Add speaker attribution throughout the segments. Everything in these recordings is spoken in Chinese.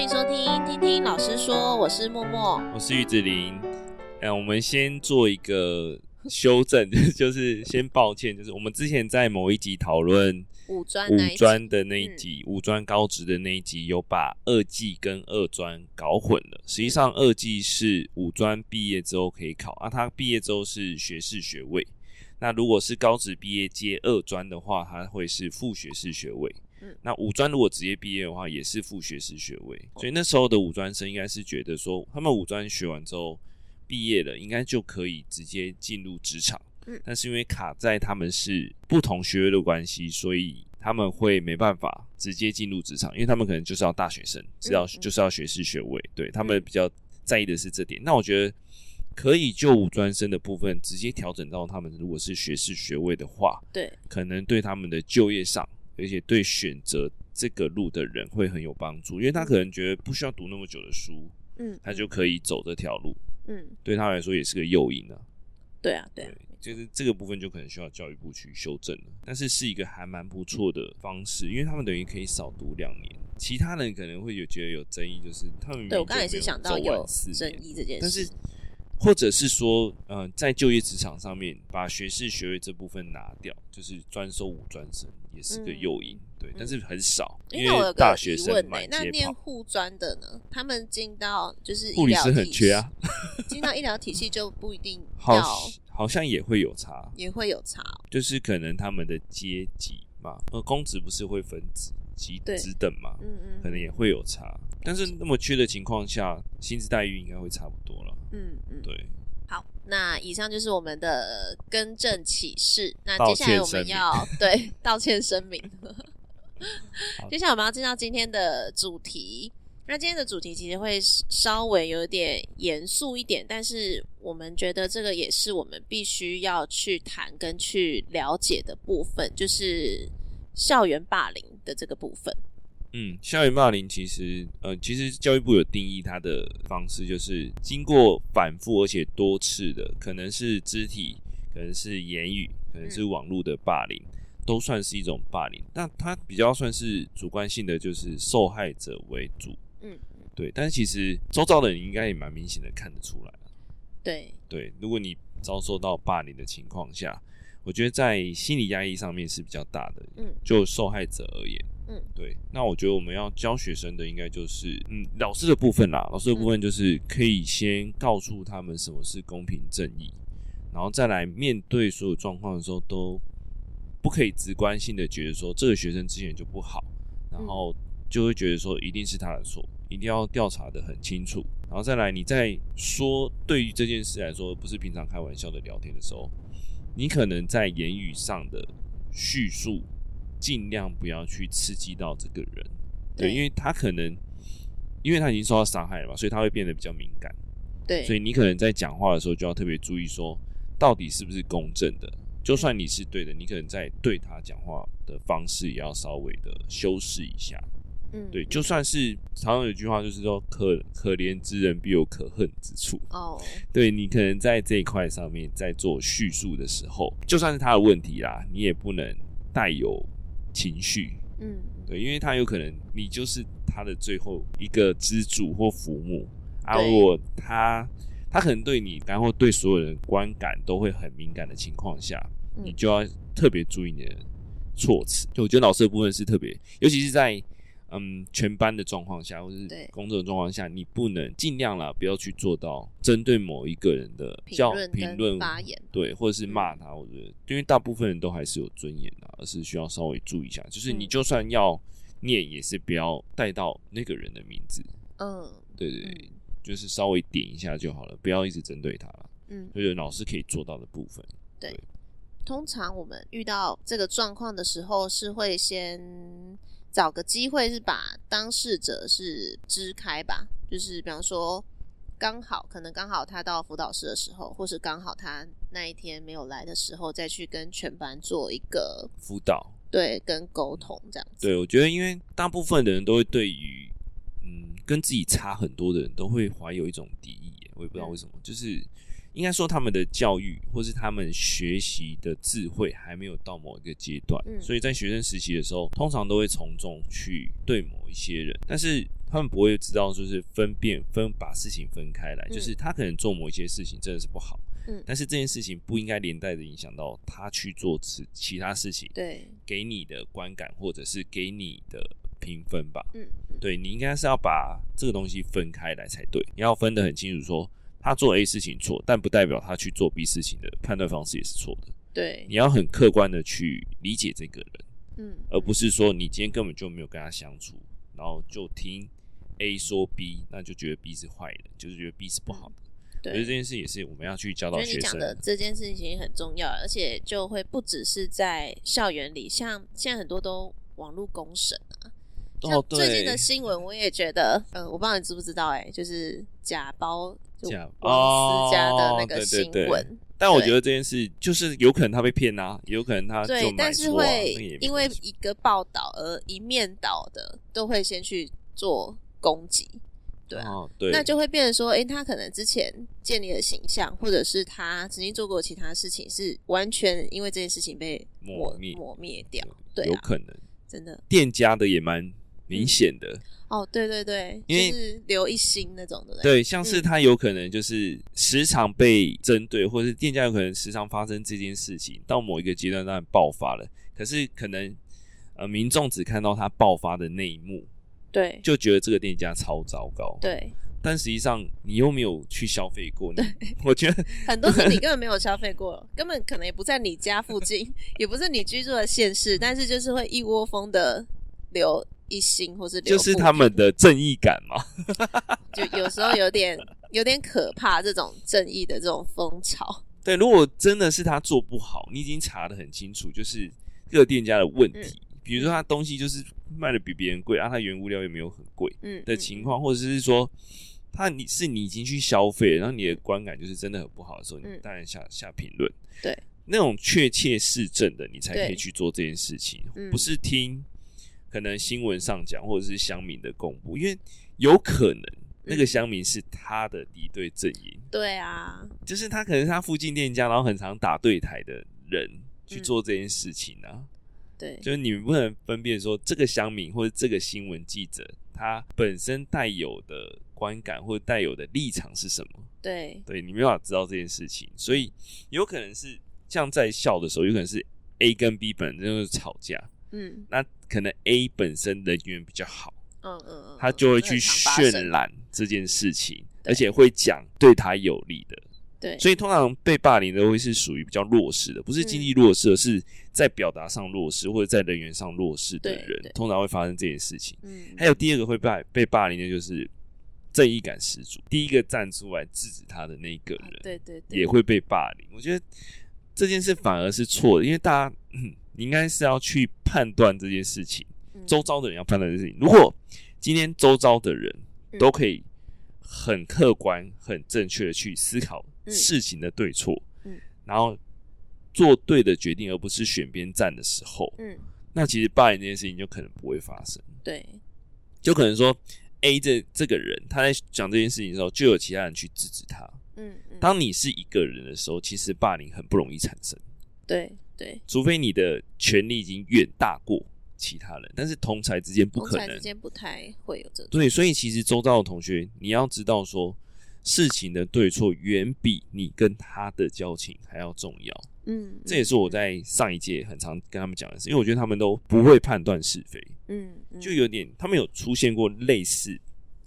Speaker 1: 迎收听听听老师说，我是默默。
Speaker 2: 我是玉子林。嗯，我们先做一个修正， 就是先抱歉，就是我们之前在某一集讨论
Speaker 1: 五专那一
Speaker 2: 五
Speaker 1: 集嗯
Speaker 2: 专的那一集，五专高职的那一集，有把二技跟二专搞混了。
Speaker 1: 嗯
Speaker 2: 实际上，二技是五专毕业之后可以考，啊，他毕业之后是学士学位。那如果是高职毕业接二专的话，它会是副学士学位。
Speaker 1: 嗯
Speaker 2: 那五专如果职业毕业的话，也是副学士学位。
Speaker 1: 哦
Speaker 2: 所以那时候的五专生应该是觉得说，他们五专学完之后毕业了，应该就可以直接进入职场。
Speaker 1: 嗯
Speaker 2: 但是因为卡在他们是不同学位的关系，所以他们会没办法直接进入职场，因为他们可能就是要大学生，是要、
Speaker 1: 嗯
Speaker 2: 就是要学士学位，对他们比较在意的是这点。那我觉得可以就五专生的部分直接调整到他们如果是学士学位的话，
Speaker 1: 对，
Speaker 2: 可能对他们的就业上，而且对选择这个路的人会很有帮助，因为他可能觉得不需要读那么久的书，
Speaker 1: 嗯，
Speaker 2: 他就可以走这条路，
Speaker 1: 嗯，
Speaker 2: 对他来说也是个诱因啊。
Speaker 1: 对啊，对啊，
Speaker 2: 就是这个部分就可能需要教育部去修正了，但是是一个还蛮不错的方式，因为他们等于可以少读两年，其他人可能会有觉得有争议，就是他们明明
Speaker 1: 对我刚才也
Speaker 2: 就没
Speaker 1: 是
Speaker 2: 有
Speaker 1: 想到
Speaker 2: 走完
Speaker 1: 有
Speaker 2: 四
Speaker 1: 争
Speaker 2: 年
Speaker 1: 议这件
Speaker 2: 但
Speaker 1: 事
Speaker 2: 是，或者是说，嗯、在就业职场上面，把学士学位这部分拿掉，就是专收五专生，也是个
Speaker 1: 嗯
Speaker 2: 诱因，对，但是很少，
Speaker 1: 诶
Speaker 2: 因
Speaker 1: 那我有个
Speaker 2: 为大学
Speaker 1: 疑
Speaker 2: 生
Speaker 1: 问呢、
Speaker 2: 满
Speaker 1: 那
Speaker 2: 街
Speaker 1: 念
Speaker 2: 跑，
Speaker 1: 护专的呢？他们进到就是医
Speaker 2: 护理
Speaker 1: 疗
Speaker 2: 师很
Speaker 1: 体
Speaker 2: 缺啊，
Speaker 1: 系，进到医疗体系就不一定
Speaker 2: 好
Speaker 1: 要，
Speaker 2: 好像也会有差，
Speaker 1: 也会有差哦、
Speaker 2: 就是可能他们的阶级嘛，呃，公职不是会分职级
Speaker 1: 对
Speaker 2: 职等嘛，
Speaker 1: 嗯嗯，
Speaker 2: 可能也会有差，但是那么缺的情况下，薪资待遇应该会差不多了，
Speaker 1: 嗯嗯。
Speaker 2: 对，
Speaker 1: 好，那以上就是我们的更正启示。那接
Speaker 2: 道
Speaker 1: 下来
Speaker 2: 歉
Speaker 1: 我们
Speaker 2: 声明
Speaker 1: 要对道歉声明。接下来我们要进到今天的主题。那今天的主题其实会稍微有点严肃一点，但是我们觉得这个也是我们必须要去谈跟去了解的部分，就是校园霸凌的这个部分。
Speaker 2: 嗯，校园霸凌其实，呃，其实教育部有定义它的方式，就是经过反复而且多次的，可能是肢体，可能是言语，可能是
Speaker 1: 嗯
Speaker 2: 网络的霸凌，都算是一种霸凌。那它比较算是主观性的，就是受害者为主，
Speaker 1: 嗯，
Speaker 2: 对。但是其实周遭的人应该也蛮明显的看得出来。啊
Speaker 1: 对，
Speaker 2: 对，如果你遭受到霸凌的情况下，我觉得在心理压抑上面是比较大的。
Speaker 1: 嗯
Speaker 2: 就受害者而言，
Speaker 1: 嗯，
Speaker 2: 对。那我觉得我们要教学生的应该就是，嗯，老师的部分啦，老师的部分就是可以先告诉他们什么是公平正义，然后再来面对所有状况的时候，都不可以直观性的觉得说这个学生之前就不好，然后就会觉得说一定是他的错，一定要调查的很清楚，然后再来你在说对于这件事来说，不是平常开玩笑的聊天的时候，你可能在言语上的叙述，尽量不要去刺激到这个人，对，
Speaker 1: 对
Speaker 2: 因为他可能因为他已经受到伤害了嘛，所以他会变得比较敏感。
Speaker 1: 对，
Speaker 2: 所以你可能在讲话的时候就要特别注意说，到底是不是公正的。就算你是对的，你可能在对他讲话的方式也要稍微的修饰一下。
Speaker 1: 嗯，
Speaker 2: 对，就算是常常有一句话就是说，可可怜之人必有可恨之处。
Speaker 1: 哦，
Speaker 2: 对你可能在这一块上面在做叙述的时候，就算是他的问题啦，你也不能带有情绪。
Speaker 1: 嗯，
Speaker 2: 对，因为他有可能你就是他的最后一个支柱或浮木啊。
Speaker 1: 对
Speaker 2: 如果他他可能对你，然后对所有人观感都会很敏感的情况下，
Speaker 1: 嗯
Speaker 2: 你就要特别注意你的措辞。就我觉得老师的部分是特别，尤其是在嗯全班的状况下，或是
Speaker 1: 对
Speaker 2: 工作的状况下，你不能尽量啦，不要去做到针对某一个人的
Speaker 1: 评
Speaker 2: 叫
Speaker 1: 论
Speaker 2: 评
Speaker 1: 跟
Speaker 2: 论
Speaker 1: 发言嗯
Speaker 2: 对，或者是骂他，我觉得，因为大部分人都还是有尊严的、而是需要稍微注意一下。就是你
Speaker 1: 嗯
Speaker 2: 就算要念，也是不要带到那个人的名字，
Speaker 1: 嗯
Speaker 2: 对对对
Speaker 1: 嗯
Speaker 2: 就是稍微点一下就好了，不要一直针对他了。
Speaker 1: 嗯，
Speaker 2: 就是老师可以做到的部分，
Speaker 1: 通常我们遇到这个状况的时候，是会先找个机会，是把当事者是支开吧，就是比方说。刚好可能刚好他到辅导室的时候，或是刚好他那一天没有来的时候，再去跟全班做一个
Speaker 2: 辅导。
Speaker 1: 对跟沟通这样子。
Speaker 2: 对我觉得，因为大部分的人都会对于嗯跟自己差很多的人都会怀有一种敌意耶，我也不
Speaker 1: 嗯
Speaker 2: 知道为什么，就是应该说他们的教育或是他们学习的智慧还没有到某一个阶段，
Speaker 1: 嗯
Speaker 2: 所以在学生时期的时候，通常都会从中去对某一些人，但是他们不会知道就是分辨分把事情分开来，
Speaker 1: 嗯
Speaker 2: 就是他可能做某一些事情真的是不好，
Speaker 1: 嗯
Speaker 2: 但是这件事情不应该连带的影响到他去做其其他事情，
Speaker 1: 对，
Speaker 2: 给你的观感或者是给你的评分吧。
Speaker 1: 嗯，嗯
Speaker 2: 对你应该是要把这个东西分开来才对，你要分得很清楚说他做 A 事情错，但不代表他去做 B 事情的判断方式也是错的。
Speaker 1: 对
Speaker 2: 你，要很客观的去理解这个人，
Speaker 1: 嗯，
Speaker 2: 而不
Speaker 1: 是
Speaker 2: 是说你今天根本就没有跟他相处，然后就听 A 说 B，那就觉得 B 是坏的，就是觉得 B 是不好的。我觉得这
Speaker 1: 嗯对。
Speaker 2: 件事也是我们要去教
Speaker 1: 所
Speaker 2: 导
Speaker 1: 以你
Speaker 2: 学
Speaker 1: 讲
Speaker 2: 生。
Speaker 1: 的这件事情很重要，而且就会不只是在校园里，像现在很多都网络公审啊，
Speaker 2: 哦
Speaker 1: 像，最近
Speaker 2: 对
Speaker 1: 的，新闻，我也觉得，呃，我不知道你知不知道、哎，就是假包就
Speaker 2: 假
Speaker 1: 王思佳的
Speaker 2: 哦
Speaker 1: 那个
Speaker 2: 对对
Speaker 1: 新
Speaker 2: 对
Speaker 1: 闻，
Speaker 2: 但我
Speaker 1: 对
Speaker 2: 觉得这件事就是有可能他被骗啊，有可能他就
Speaker 1: 对，
Speaker 2: 买
Speaker 1: 但是
Speaker 2: 错啊
Speaker 1: 会
Speaker 2: 那也没
Speaker 1: 因为
Speaker 2: 关系
Speaker 1: 一个报道而一面倒的，都会先去做攻击，对啊，
Speaker 2: 哦对，
Speaker 1: 那就会变成说，诶、他可能之前建立的形象，或者是他曾经做过其他事情，是完全因为这件事情被
Speaker 2: 抹
Speaker 1: 抹
Speaker 2: 灭
Speaker 1: 抹灭掉，对
Speaker 2: 有
Speaker 1: 啊，嗯
Speaker 2: 可能
Speaker 1: 真的，
Speaker 2: 店家的也蛮明显的，
Speaker 1: 哦，对对对，
Speaker 2: 因为
Speaker 1: 就是留一星那种的，不，
Speaker 2: 对，像是他有可能就是时常被针对，或是店家有可能时常发生这件事情，到某一个阶段当然爆发了，可是可能呃民众只看到他爆发的那一幕，
Speaker 1: 对
Speaker 2: 就觉得这个店家超糟糕，，
Speaker 1: 对，
Speaker 2: 但实际上你又没有去消费过，你我觉 得
Speaker 1: 很多是你根本没有消费过，根本可能也不在你家附近， 也不是你居住的县市，但是就是会一窝蜂的留一星，或是留
Speaker 2: 就是
Speaker 1: 不
Speaker 2: 他们的正义感嘛，
Speaker 1: 就有时候有点有点可怕，这种正义的这种风潮，
Speaker 2: 对，如果真的是他做不好，你已经查得很清楚，就是这个店家的问题。
Speaker 1: 嗯
Speaker 2: 比如说他东西就是卖的比别人贵啊，他原物料也没有很贵
Speaker 1: 嗯
Speaker 2: 的情，况，或者是说他你是你已经去消费了，然后你的观感就是真的很不好的时候，你
Speaker 1: 嗯
Speaker 2: 当然下下评论。
Speaker 1: 对，
Speaker 2: 那种确切是证的，你才可以
Speaker 1: 对
Speaker 2: 去做这件事情，
Speaker 1: 嗯
Speaker 2: 不是听可能新闻上讲或者是乡民的公布，因为有可能那个
Speaker 1: 嗯
Speaker 2: 乡民是他的敌对阵营。
Speaker 1: 嗯对啊，
Speaker 2: 就是他可能是他附近店家，然后很常打对台的人去做这件事情啊。
Speaker 1: 嗯对
Speaker 2: 就是你们不能分辨说这个乡民或者这个新闻记者他本身带有的观感或者带有的立场是什么，
Speaker 1: 对
Speaker 2: 对你没办法知道这件事情，所以有可能是像在校的时候，有可能是 A 跟 B 本身就是吵架，
Speaker 1: 嗯
Speaker 2: 那可能 A 本身人缘比较好。
Speaker 1: 嗯嗯嗯，
Speaker 2: 他就会
Speaker 1: 这
Speaker 2: 去
Speaker 1: 很常发生
Speaker 2: 渲，染这件事情，
Speaker 1: 对
Speaker 2: 而且会讲对他有利的，
Speaker 1: 对，
Speaker 2: 所以通常被霸凌的会是属于比较弱势的，不是经济弱势，而是在表达上弱势或者在人员上弱势
Speaker 1: 对
Speaker 2: 的人
Speaker 1: 对，
Speaker 2: 通常会发生这件事情。
Speaker 1: 嗯，
Speaker 2: 还有第二个会被被霸凌的就是正义感十足，第一个站出来制止他的那个人，
Speaker 1: 啊对对对，
Speaker 2: 也会被霸凌。我觉得这件事反而是错的，因为大家、嗯、你应该是要去判断这件事情，
Speaker 1: 嗯
Speaker 2: 周遭的人要判断这件事情。如果今天周遭的人
Speaker 1: 嗯
Speaker 2: 都可以很客观、很正确的去思考
Speaker 1: 嗯
Speaker 2: 事情的对错，
Speaker 1: 嗯
Speaker 2: 然后做对的决定，而不是选边站的时候，
Speaker 1: 嗯
Speaker 2: 那其实霸凌这件事情就可能不会发生。
Speaker 1: 对
Speaker 2: 就可能说 A 这这个人他在讲这件事情的时候，就有其他人去制止他。
Speaker 1: 嗯嗯，
Speaker 2: 当你是一个人的时候，其实霸凌很不容易产生，
Speaker 1: 对对，
Speaker 2: 除非你的权力已经远大过其他人，但是同才之间不
Speaker 1: 同
Speaker 2: 可
Speaker 1: 才
Speaker 2: 能
Speaker 1: 之。间不太会有这种，
Speaker 2: 对，所以其实周遭的同学，你要知道说事情的对错远比你跟他的交情还要重要。
Speaker 1: 嗯，
Speaker 2: 这也是我
Speaker 1: 嗯
Speaker 2: 在上一届很常跟他们讲的事，因为我觉得他们都不会判断是非，
Speaker 1: 嗯嗯
Speaker 2: 就有点他们有出现过类似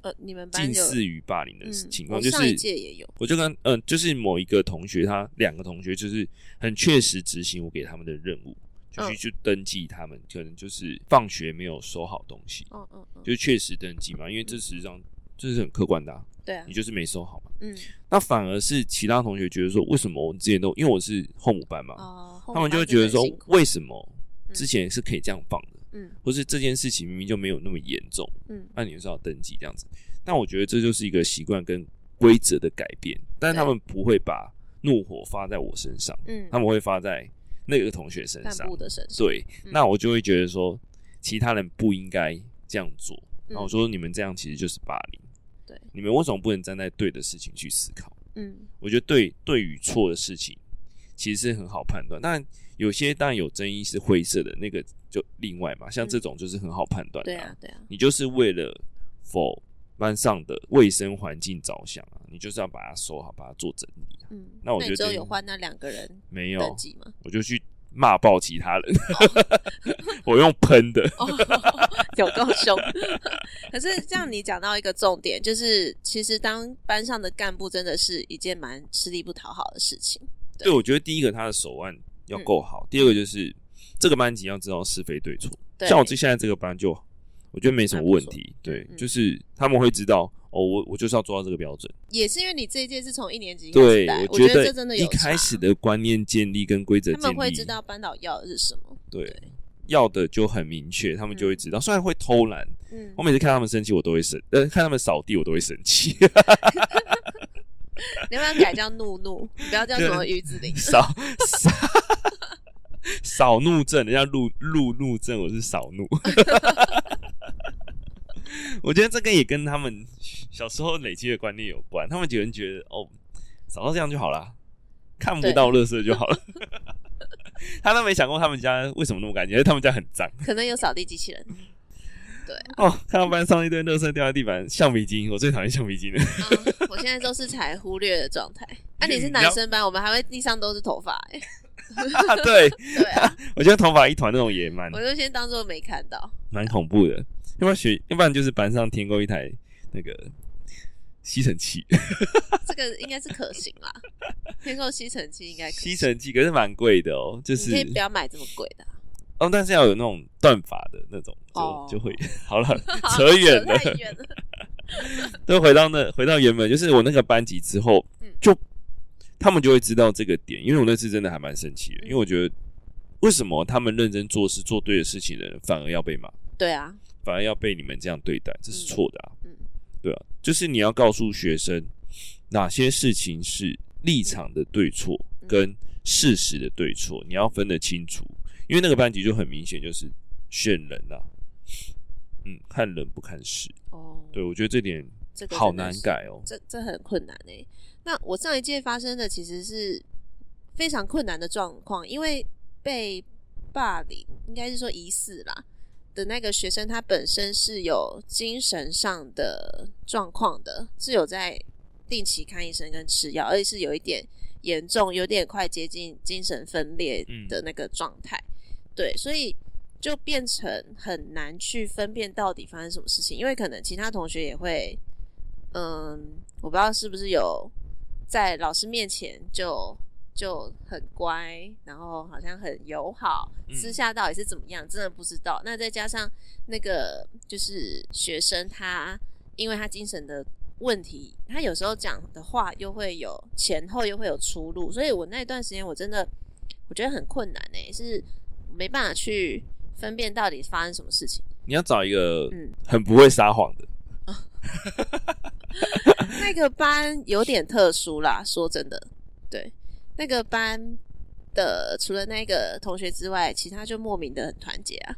Speaker 1: 呃，你们班
Speaker 2: 近
Speaker 1: 有
Speaker 2: 似于霸凌的
Speaker 1: 嗯
Speaker 2: 情况，
Speaker 1: 我
Speaker 2: 就是
Speaker 1: 上一届也有
Speaker 2: 我就跟嗯，就是某一个同学，他两个同学就是很确实执行我给他们的任务，就去
Speaker 1: 嗯
Speaker 2: 去登记他们，可能就是放学没有收好东西，
Speaker 1: 嗯嗯嗯，
Speaker 2: 就确实登记嘛，因为这实际上这是很客观的、啊，
Speaker 1: 对啊
Speaker 2: 你，就是没收好嘛。
Speaker 1: 嗯
Speaker 2: 那反而是其他同学觉得说，为什么我们之前都因为我是后母班嘛，
Speaker 1: 哦，
Speaker 2: 他们就会觉得说，为什么
Speaker 1: 嗯
Speaker 2: 之前是可以这样放的，
Speaker 1: 嗯
Speaker 2: 或是这件事情明明就没有那么严重，
Speaker 1: 嗯
Speaker 2: 那你就是要登记这样子。但我觉得这就是一个习惯跟规则的改变，但是他们不会把怒火发在我身上，
Speaker 1: 嗯，
Speaker 2: 他们会发在那个同学身
Speaker 1: 干
Speaker 2: 上
Speaker 1: 部。的身上，
Speaker 2: 对，
Speaker 1: 嗯
Speaker 2: 那我就会觉得说，其他人不应该这样做。
Speaker 1: 嗯
Speaker 2: 那我说你们这样其实就是霸凌。
Speaker 1: 对，
Speaker 2: 你们为什么不能站在对的事情去思考？
Speaker 1: 嗯
Speaker 2: 我觉得对对与错的事情其实是很好判断，但有些当然有争议是灰色的，那个就另外嘛。像这种就是很好判断
Speaker 1: 嗯
Speaker 2: 的、
Speaker 1: 对啊对啊，
Speaker 2: 你就是为了否班上的卫生环境着想啊，你就是要把它收好，把它做整理啊。
Speaker 1: 嗯，
Speaker 2: 那我觉
Speaker 1: 你
Speaker 2: 得
Speaker 1: 只有
Speaker 2: 这
Speaker 1: 有换那两个人
Speaker 2: 没 有，
Speaker 1: 等级吗？
Speaker 2: 我就去骂爆其他人， 我用喷的。
Speaker 1: 哦，有够凶。 可是这样你讲到一个重点，就是其实当班上的干部真的是一件蛮吃力不讨好的事情。对
Speaker 2: 对，我觉得第一个他的手腕要
Speaker 1: 嗯
Speaker 2: 够好，第二个就是这个班级要知道是非对错。
Speaker 1: 对，
Speaker 2: 像我这现在这个班就，我觉得没什么问题。对，
Speaker 1: 嗯
Speaker 2: 就是他们会知道哦，我我就是要做到这个标准。
Speaker 1: 也是因为你这一届是从一年级开始
Speaker 2: 对
Speaker 1: 带，，我
Speaker 2: 觉
Speaker 1: 得这真的有
Speaker 2: 一开
Speaker 1: 差
Speaker 2: 始的观念建立跟规则
Speaker 1: 他
Speaker 2: 建立，
Speaker 1: 们会知道班导要的是什么。
Speaker 2: 对要的就很明确，他们就会知道。虽然会偷懒，
Speaker 1: 嗯
Speaker 2: 我，每次看他们生气，我都会生，呃，看他们扫地，我都会生气。
Speaker 1: 你要不要改叫怒怒？你不要叫什么鱼子林。
Speaker 2: 扫扫扫怒症，人家路路怒症，我是扫怒。 我觉得这个也跟他们小时候累积的观念有关，他们有人觉得哦，扫到这样就好啦，看不
Speaker 1: 对
Speaker 2: 到垃圾就好了。 他都没想过他们家为什么那么干净，因为他们家很脏
Speaker 1: 可能有扫地机器人。
Speaker 2: 哦。看到班上一堆垃圾掉在地板，橡皮筋，我最讨厌橡皮筋了。
Speaker 1: 啊，我现在都是才忽略的状态。那、
Speaker 2: 你
Speaker 1: 你是
Speaker 2: 你
Speaker 1: 男
Speaker 2: 要
Speaker 1: 生班，我们还会地上都是头发、 欸，
Speaker 2: 对，
Speaker 1: 对 啊，
Speaker 2: 我觉得头发一团那种也蛮
Speaker 1: 我就先当做没看到。
Speaker 2: 蛮恐怖的。要不然学，要不然就是班上添购一台那个吸 尘器，
Speaker 1: 这个应该是可行啦，天购吸尘器应该可
Speaker 2: 吸
Speaker 1: 行，
Speaker 2: 尘器可是蛮贵的哦，就是
Speaker 1: 你可以不要买这么贵的啊、
Speaker 2: 哦，但是要有那种断法的那种，就、
Speaker 1: 哦
Speaker 2: 就会 好了，扯远了
Speaker 1: 扯。啊 太远了。
Speaker 2: 都回到那回到原本，就是我那个班级之后
Speaker 1: 嗯，
Speaker 2: 就他们就会知道这个点，因为我那次真的还蛮生气的，因为我觉得为什么他们认真做事、做对的事情的人，反而要被骂，
Speaker 1: 对啊，
Speaker 2: 反而要被你们这样对待，这是
Speaker 1: 嗯
Speaker 2: 错的啊。
Speaker 1: 嗯，
Speaker 2: 对啊，就是你要告诉学生哪些事情是立场的对错
Speaker 1: 嗯
Speaker 2: 跟事实的对错，你要分得清楚。因为那个班级就很明显就是选人啦、嗯，看人不看事。
Speaker 1: 哦，
Speaker 2: 对，我觉得这点
Speaker 1: 这个
Speaker 2: 好
Speaker 1: 真的
Speaker 2: 难
Speaker 1: 是
Speaker 2: 改哦。
Speaker 1: 这这很困难哎、那我上一届发生的其实是非常困难的状况，因为被霸凌，应该是说疑似啦的那个学生，他本身是有精神上的状况的，是有在定期看医生跟吃药，而且是有一点严重，有点快接近精神分裂的那个状态。对，所以就变成很难去分辨到底发生什么事情，因为可能其他同学也会，嗯，我不知道是不是有在老师面前就就很乖，然后好像很友好，
Speaker 2: 嗯
Speaker 1: 私下到底是怎么样，真的不知道。那再加上那个就是学生他，因为他精神的。问题，他有时候讲的话又会有前后又会有出入，所以我那段时间我真的我觉得很困难呢、欸是没办法去分辨到底发生什么事情。
Speaker 2: 你要找一个
Speaker 1: 嗯
Speaker 2: 很不会撒谎的，
Speaker 1: 那个班有点特殊啦，说真的，对，那个班的除了那个同学之外，其他就莫名的很团结啊，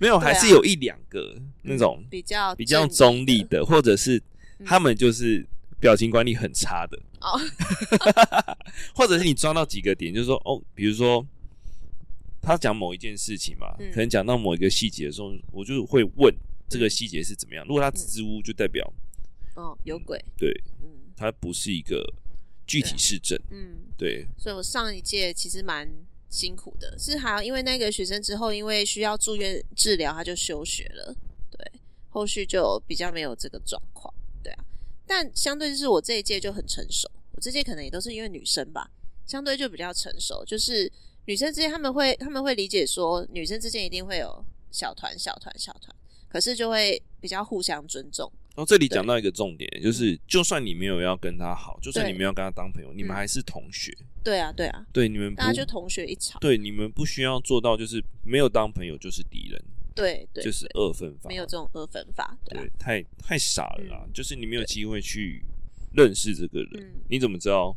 Speaker 2: 没有，
Speaker 1: 对啊
Speaker 2: 还是有一两个那种
Speaker 1: 比较
Speaker 2: 比较
Speaker 1: 正
Speaker 2: 中立的，或者是他们就是表情管理很差的，
Speaker 1: 嗯哦，
Speaker 2: 或者是你抓到几个点，就是说哦，比如说他讲某一件事情嘛，
Speaker 1: 嗯
Speaker 2: 可能讲到某一个细节的时候，我就会问这个细节是怎么样。如果
Speaker 1: 嗯
Speaker 2: 他支支吾吾，就代表
Speaker 1: 哦，有鬼，
Speaker 2: 对
Speaker 1: 嗯
Speaker 2: 他不是一个具体事证。
Speaker 1: 嗯，
Speaker 2: 对，
Speaker 1: 所以我上一届其实蛮辛苦的，是还有因为那个学生之后因为需要住院治疗，他就休学了，对，后续就比较没有这个状况，对啊，但相对就是我这一届就很成熟，我这届可能也都是因为女生吧，相对就比较成熟，就是女生之间他们会他们会理解说女生之间一定会有小团小团小团，可是就会比较互相尊重，
Speaker 2: 然后这里
Speaker 1: 对
Speaker 2: 讲到一个重点，就是就算你没有要跟他好，就算
Speaker 1: 对
Speaker 2: 你没有跟他当朋友，你们
Speaker 1: 嗯
Speaker 2: 还是同学。
Speaker 1: 对啊对啊，
Speaker 2: 对，你们不
Speaker 1: 大家就同学一场，
Speaker 2: 对你们不需要做到就是没有当朋友就是敌人，
Speaker 1: 对对，
Speaker 2: 就是二分法。
Speaker 1: 没有这种二分法，对啊
Speaker 2: 对，太太傻了啦！
Speaker 1: 嗯
Speaker 2: 就是你没有机会去认识这个人，
Speaker 1: 嗯
Speaker 2: 你怎么知道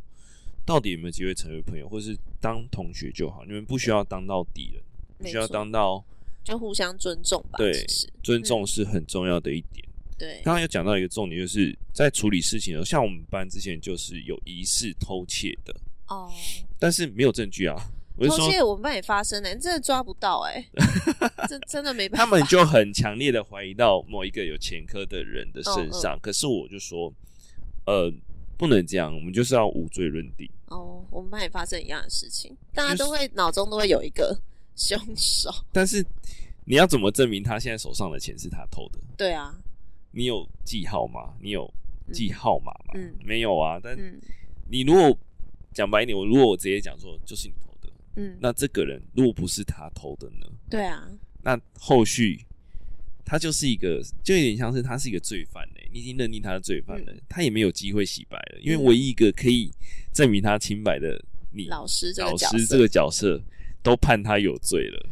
Speaker 2: 到底有没有机会成为朋友，或是当同学就好？你们不需要当到敌人，不
Speaker 1: 没
Speaker 2: 需要
Speaker 1: 错嗯
Speaker 2: 当到
Speaker 1: 就互相尊重吧。
Speaker 2: 对
Speaker 1: 其实
Speaker 2: 尊重是很重要的一点。
Speaker 1: 对，
Speaker 2: 刚刚有讲到一个重点，就是在处理事情的时候，像我们班之前就是有疑似偷窃的，
Speaker 1: 哦，
Speaker 2: 但是没有证据啊。我是
Speaker 1: 偷窃
Speaker 2: 说，
Speaker 1: 我们班也发生了、你真的抓不到 哎、这真的没 办法。
Speaker 2: 他们就很强烈的怀疑到某一个有前科的人的身
Speaker 1: 嗯
Speaker 2: 上。可是我就说，呃，不能这样，我们就是要无罪论定。
Speaker 1: 哦，我们班也发生一样的事情，大家都会脑中都会有一个凶手。
Speaker 2: 但是你要怎么证明他现在手上的钱是他偷的？
Speaker 1: 对啊，
Speaker 2: 你有记号吗？你有记号码吗？
Speaker 1: 嗯
Speaker 2: 没有啊。但
Speaker 1: 嗯
Speaker 2: 你如果讲白一点，我如果我直接讲说就是你偷的，
Speaker 1: 嗯，
Speaker 2: 那这个人如果不是他偷的呢？
Speaker 1: 对啊，
Speaker 2: 那后续他就是一个，就有点像是他是一个罪犯嘞、你已经认定他是罪犯了，他也没有机会洗白了，因
Speaker 1: 嗯
Speaker 2: 为唯一一个可以证明他清白的你
Speaker 1: 老师这个
Speaker 2: 老
Speaker 1: 角
Speaker 2: 师
Speaker 1: 色，
Speaker 2: 这个角色都判他有罪了，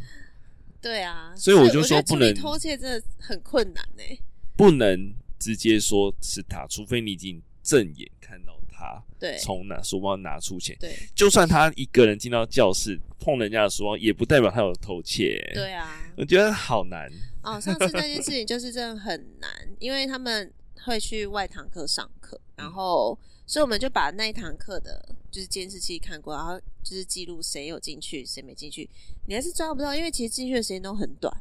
Speaker 1: 对啊，
Speaker 2: 所以我就
Speaker 1: 觉得
Speaker 2: 说不
Speaker 1: 处理
Speaker 2: 能
Speaker 1: 偷窃真的很困难哎、
Speaker 2: 不能直接说是他，除非你已经正眼看到他
Speaker 1: 对
Speaker 2: 从哪书包拿出钱。
Speaker 1: 对
Speaker 2: 就算他一个人进到教室碰人家的书包，也不代表他有偷窃、，欸
Speaker 1: 对啊，
Speaker 2: 我觉得好难。
Speaker 1: 哦，上次那件事情就是真的很难，因为他们会去外堂课上课，
Speaker 2: 嗯
Speaker 1: 然后所以我们就把那一堂课的就是监视器看过，然后就是记录谁有进去，谁没进去，你还是抓不到，因为其实进去的时间都很短。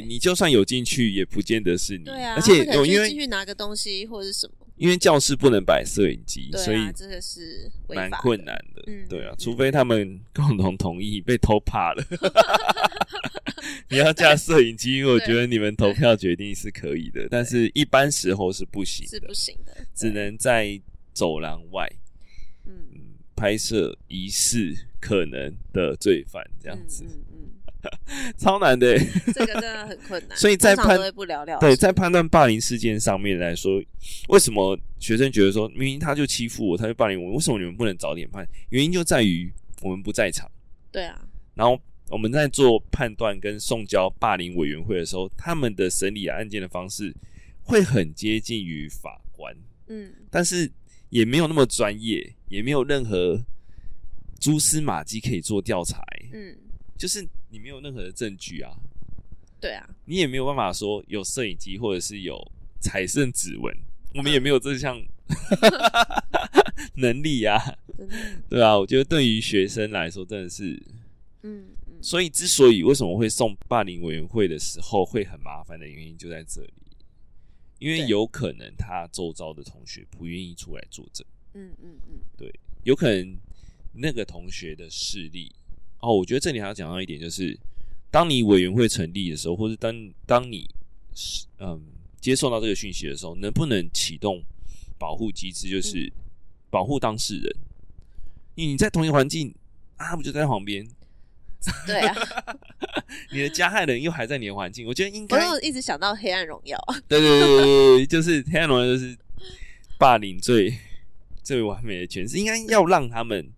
Speaker 1: 对
Speaker 2: 你就算有进去，也不见得是你。
Speaker 1: 对啊，
Speaker 2: 嗯而且
Speaker 1: 他们可
Speaker 2: 有
Speaker 1: 能
Speaker 2: 因
Speaker 1: 就
Speaker 2: 为
Speaker 1: 进去拿个东西或者是什么，
Speaker 2: 因为教室不能摆摄影机，所
Speaker 1: 对
Speaker 2: 以
Speaker 1: 啊，这个是违
Speaker 2: 蛮
Speaker 1: 法的
Speaker 2: 困难的。
Speaker 1: 嗯
Speaker 2: 对啊
Speaker 1: 嗯，
Speaker 2: 除非他们共同同意被偷怕 了。你要架摄影机，我觉得你们投票决定是可以的，但是一般时候是不行
Speaker 1: 是
Speaker 2: 的
Speaker 1: 不，行的，
Speaker 2: 只能在走廊外
Speaker 1: 嗯
Speaker 2: 嗯拍摄疑似可能的罪犯这样子，
Speaker 1: 嗯嗯
Speaker 2: 超难的欸。
Speaker 1: 嗯，这个真的很困难，
Speaker 2: 所以在
Speaker 1: 通常
Speaker 2: 判
Speaker 1: 都会不了了之，
Speaker 2: 对，在判断霸凌事件上面来说，为什么学生觉得说明明他就欺负我，他就霸凌我，为什么你们不能早点判？原因就在于我们不在场，
Speaker 1: 对啊，
Speaker 2: 然后我们在做判断跟送交霸凌委员会的时候，他们的审理案件的方式会很接近于法官，
Speaker 1: 嗯
Speaker 2: 但是也没有那么专业，也没有任何蛛丝马迹可以做调查、欸
Speaker 1: 嗯，
Speaker 2: 就是你没有任何的证据啊，
Speaker 1: 对啊，
Speaker 2: 你也没有办法说有摄影机或者是有采剩指纹，
Speaker 1: 嗯
Speaker 2: 我们也没有这 项能力啊，
Speaker 1: 真的，
Speaker 2: 对啊，我觉得对于学生来说真的是，
Speaker 1: 嗯嗯。
Speaker 2: 所以之所以为什么会送霸凌委员会的时候会很麻烦的原因就在这里，因为
Speaker 1: 对
Speaker 2: 有可能他周遭的同学不愿意出来作证，
Speaker 1: 嗯嗯嗯，
Speaker 2: 有可能那个同学的势力。哦，我觉得这里还要讲到一点，就是当你委员会成立的时候，或是当当你是嗯接受到这个讯息的时候，能不能启动保护机制，就是保护当事人？因为你在同一个环境啊，不就在旁边？
Speaker 1: 对啊，
Speaker 2: 你的加害人又还在你的环境，我觉得应
Speaker 1: 我
Speaker 2: 该
Speaker 1: 有一直想到《黑暗荣耀》
Speaker 2: 对对对对对对，就是 黑暗荣耀就是霸凌最最完美的诠释，应该要让他们